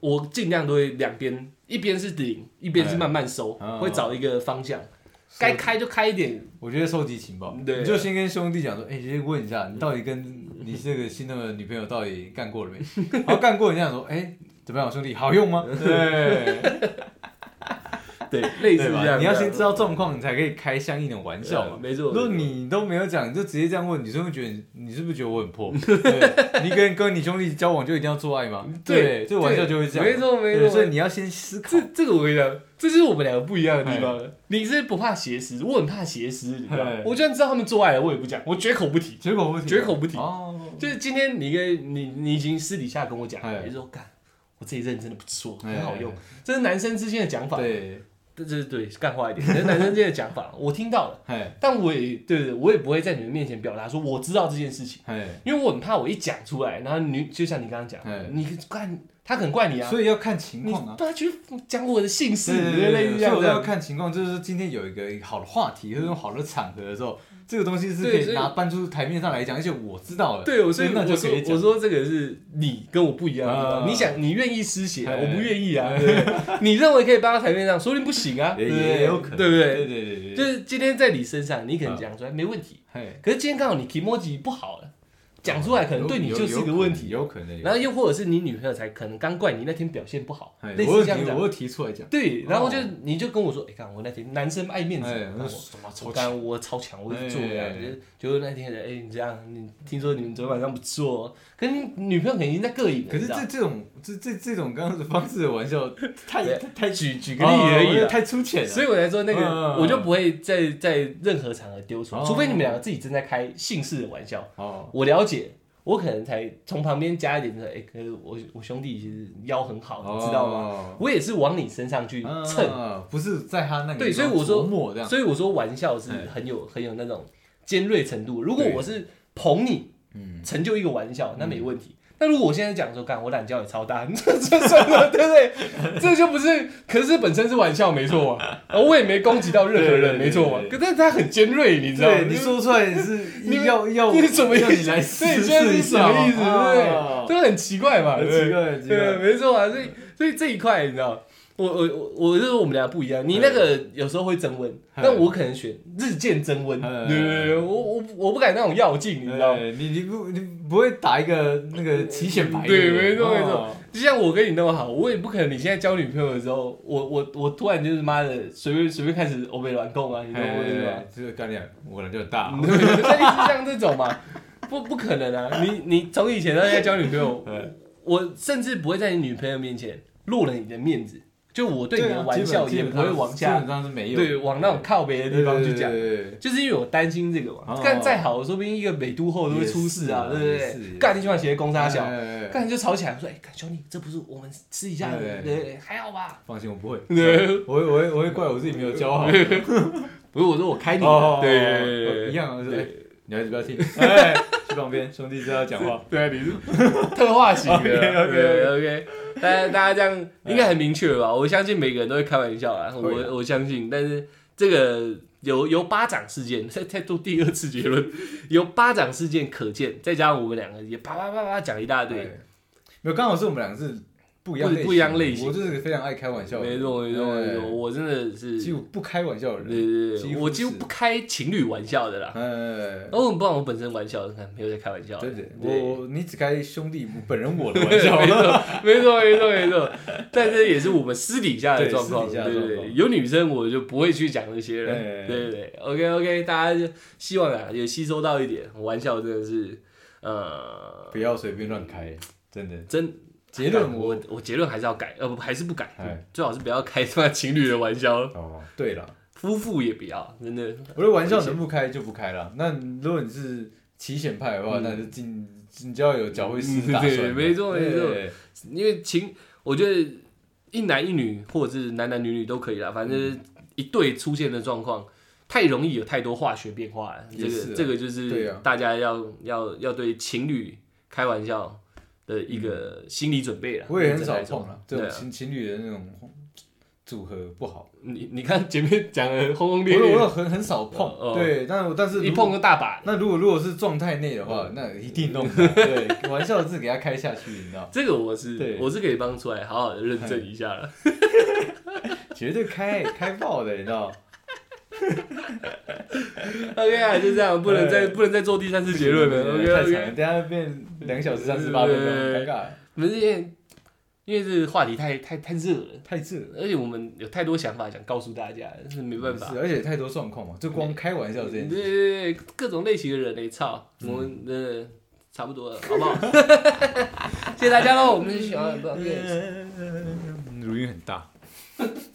我尽量都会两边，一边是顶，一边是慢慢收，嗯会找一个方向，该开就开一点，我觉得收集情报，对啊你就先跟兄弟讲说，哎，先问一下，你到底跟你这个新的女朋友到底干过了没？ 然后干过，你这样说，哎，怎么样，兄弟，好用吗？对。对，类似对这吧？样。你要先知道状况，你才可以开相应的玩笑呃嘛。没错。如果你都没有讲，你就直接这样问，女生会觉得你你是不是觉得我 很破？对你跟跟你兄弟交往就一定要做爱吗？对这玩笑就会这样。没错没对所错。以你要先思考这。这个我跟你讲，这就是我们两个不一样的地方了。你是不怕邪食，我很怕邪食，你知道吗哎？我就算知道他们做爱了，我也不讲，我绝口不提。绝口不提，绝口不提啊哦，就是今天你跟你你已经私底下跟我讲了，哎你说干，我我自己认真的不错，哎很好用。这是男生之间的讲法，对，这这是对干话一点，这是男生之间的讲法，我听到了，嘿，但我也对对，对我也不会在你们面前表达说我知道这件事情。嘿，因为我很怕我一讲出来，然后女就像你刚刚讲哎，你怪他可能怪你啊，所以要看情你况啊。不要去讲我的姓氏，对类对对似对，这所以样我子要。看情况，就是今天有一个好的话题，或者有好的场合的时候，嗯这个东西是可对以所以拿搬出台面上来讲，而且我知道了，对，我所以那我就说可以讲我。说这个是你跟我不一样的地方，啊你想你愿意失血，哎我不愿意啊。对不对 你认为可以搬到台面上，说不定不行啊。也对不对也有可能，对不对对？对对啊对，就是今天在你身上，你可能讲出来没问题，嘿，可是今天刚好你 emoji 不好了，讲出来可能对你有就是有个可问能题。有可能。有然后又或者是你女朋友才可能刚怪你那天表现不好嘿，类哎我似有这样提，讲我。有提出来讲。对，然后就、哦你就跟我说，哎、看我那天男生爱面子，哎然后那我什么超我干我超强，我就做不了。哎就是就是那天，哎、你这样，你听说你们昨天晚上不错哦，可是你女朋友肯定在膈应了。可你是知道这这种这这这种刚刚的方式的玩笑，太对太哦举举个例而已啦太粗浅了。所以我才说那个，嗯我就不会在在任何场合丢出来，哦除非你们两个自己正在开姓氏的玩笑。哦，我了解，我可能才从旁边加一点说，哎、可是我我兄弟其实腰很好，你知道吗？吗？我也是往你身上去蹭，哦嗯，不是在他那个对地方所以我说琢磨这样，所以我说玩笑是哎很有很有那种尖锐程度。如果对我是捧你，嗯，成就一个玩笑，那没问题。但如果我现在讲说，干我懒觉也超大， 这这算了，对不对？这就不是，可是本身是玩笑没错啊，然后我也没攻击到任何人，对对对没错啊。对可但是他很尖锐，你知道吗对，？你说出来是你要要这是什么意思要 你来试对，你试现在是一什下么意思？嘛对不对，哦这很奇怪嘛，对很不对奇怪，很奇对，怪。没错啊，所以所以这一块你知道，我我我我就是我们俩不一样，你那个有时候会增温，嗯但我可能选日渐增温，对嗯对对对，我我我不敢那种药劲，你知道吗？对你你不你不会打一个那个起选牌？对不没错没错哦就像我跟你那么好，我也不可能你现在交女朋友的时候，我我我突然就是妈的随便随便开始欧美乱控啊，你懂我意思吗哎，？这个概念我可能就 很大。对对对，类似像这种嘛，不不可能啊！你你从以前到现在交女朋 友，嗯我甚至不会在你女朋友面前落了你的面子，就我对你的玩笑也不会往啊基下本上是没有，对，往那种靠北的地方去讲，对对对对就是因为我担心这个嘛哦。干再好，说不定一个北都后都会出事啊，也对是不也对？是干你去把鞋攻杀哎小，哎哎干就吵起来，我说哎，干兄弟，这不是我们私底下的，对对对对，还好吧？放心，我不会，对我会我会我会怪我自己没有教好。不是我说我开你哦的，对对对对一对。样，我说哦对哎，你还是不要听，哎，去旁边，兄弟知道讲话。对啊，你是特化型的 OK，OK，OK OK。大家大家这样应该很明确了吧？我相信每个人都会开玩笑啊，会啊我我相信。但是这个由由巴掌事件，再再做第二次结论，由巴掌事件可见，再加上我们两个也啪啪啪啪讲一大堆，哎，没有，刚好是我们两个是不一样类型不不一样类型我就是个非常爱开玩笑的没人，错没错没错，哎我真的是，几对乎不开玩笑的人，对几对，乎我几乎是不开情侣玩笑的啦。哎，哦，不然我本身玩笑，你看没有在开玩笑的，真的，对我我你只开兄弟本人我的 没玩错笑，没错，没错，没错。但这也是我们私底下的对状况，对私底下的对状对。况有女生我就不会去讲这些了，哎对对对。OK OK，大家就希望啊也吸收到一点，玩笑真的是，呃，不要随便乱开，真的。真结论我我我结论还是要改，呃不还是不改哎，最好是不要开他妈 情侣的玩笑，哦，对了，夫妇也不要，真的。我的玩笑能不开就不开了。那如果你是起险派的话，嗯那就尽你就要有脚会湿的打对算的。没错没错对因为情，我觉得一男一女或者是男男女女都可以啦，反正就是一对出现的状况太容易有太多化学变化了。这也是个啊这个就对是啊大家要要要对情侣开玩笑的一个心理准备了。嗯我也很这才少说碰了这对种啊，情情侣的那种组合不好，你你看前面讲的轰轰我烈有我烈有，很很少碰。哦对，但我但是如一碰啊果就大把。那如果如果是状态内的话，那一定弄 的。对，玩笑是给他开下去，你知道，这个我是对我是可以帮出来，好好的认证一下了。绝对开开爆的，你知道。 OK 啊，就这样，不能再哎不能再做第三次结论了。OK 啊太 OK 长。了，等一下变两小时三十八分钟，对尴尬，不是因为因为这个话题太太太热了，太热了。而且我们有太多想法想告诉大家，是没办法是，。而且太多状况嘛，就光开玩笑这嗯对件对事，对，各种类型的人嘞，操，我们呃差不多了，好不 好？嗯谢谢大家喽，我们是小耳朵。乳晕很大。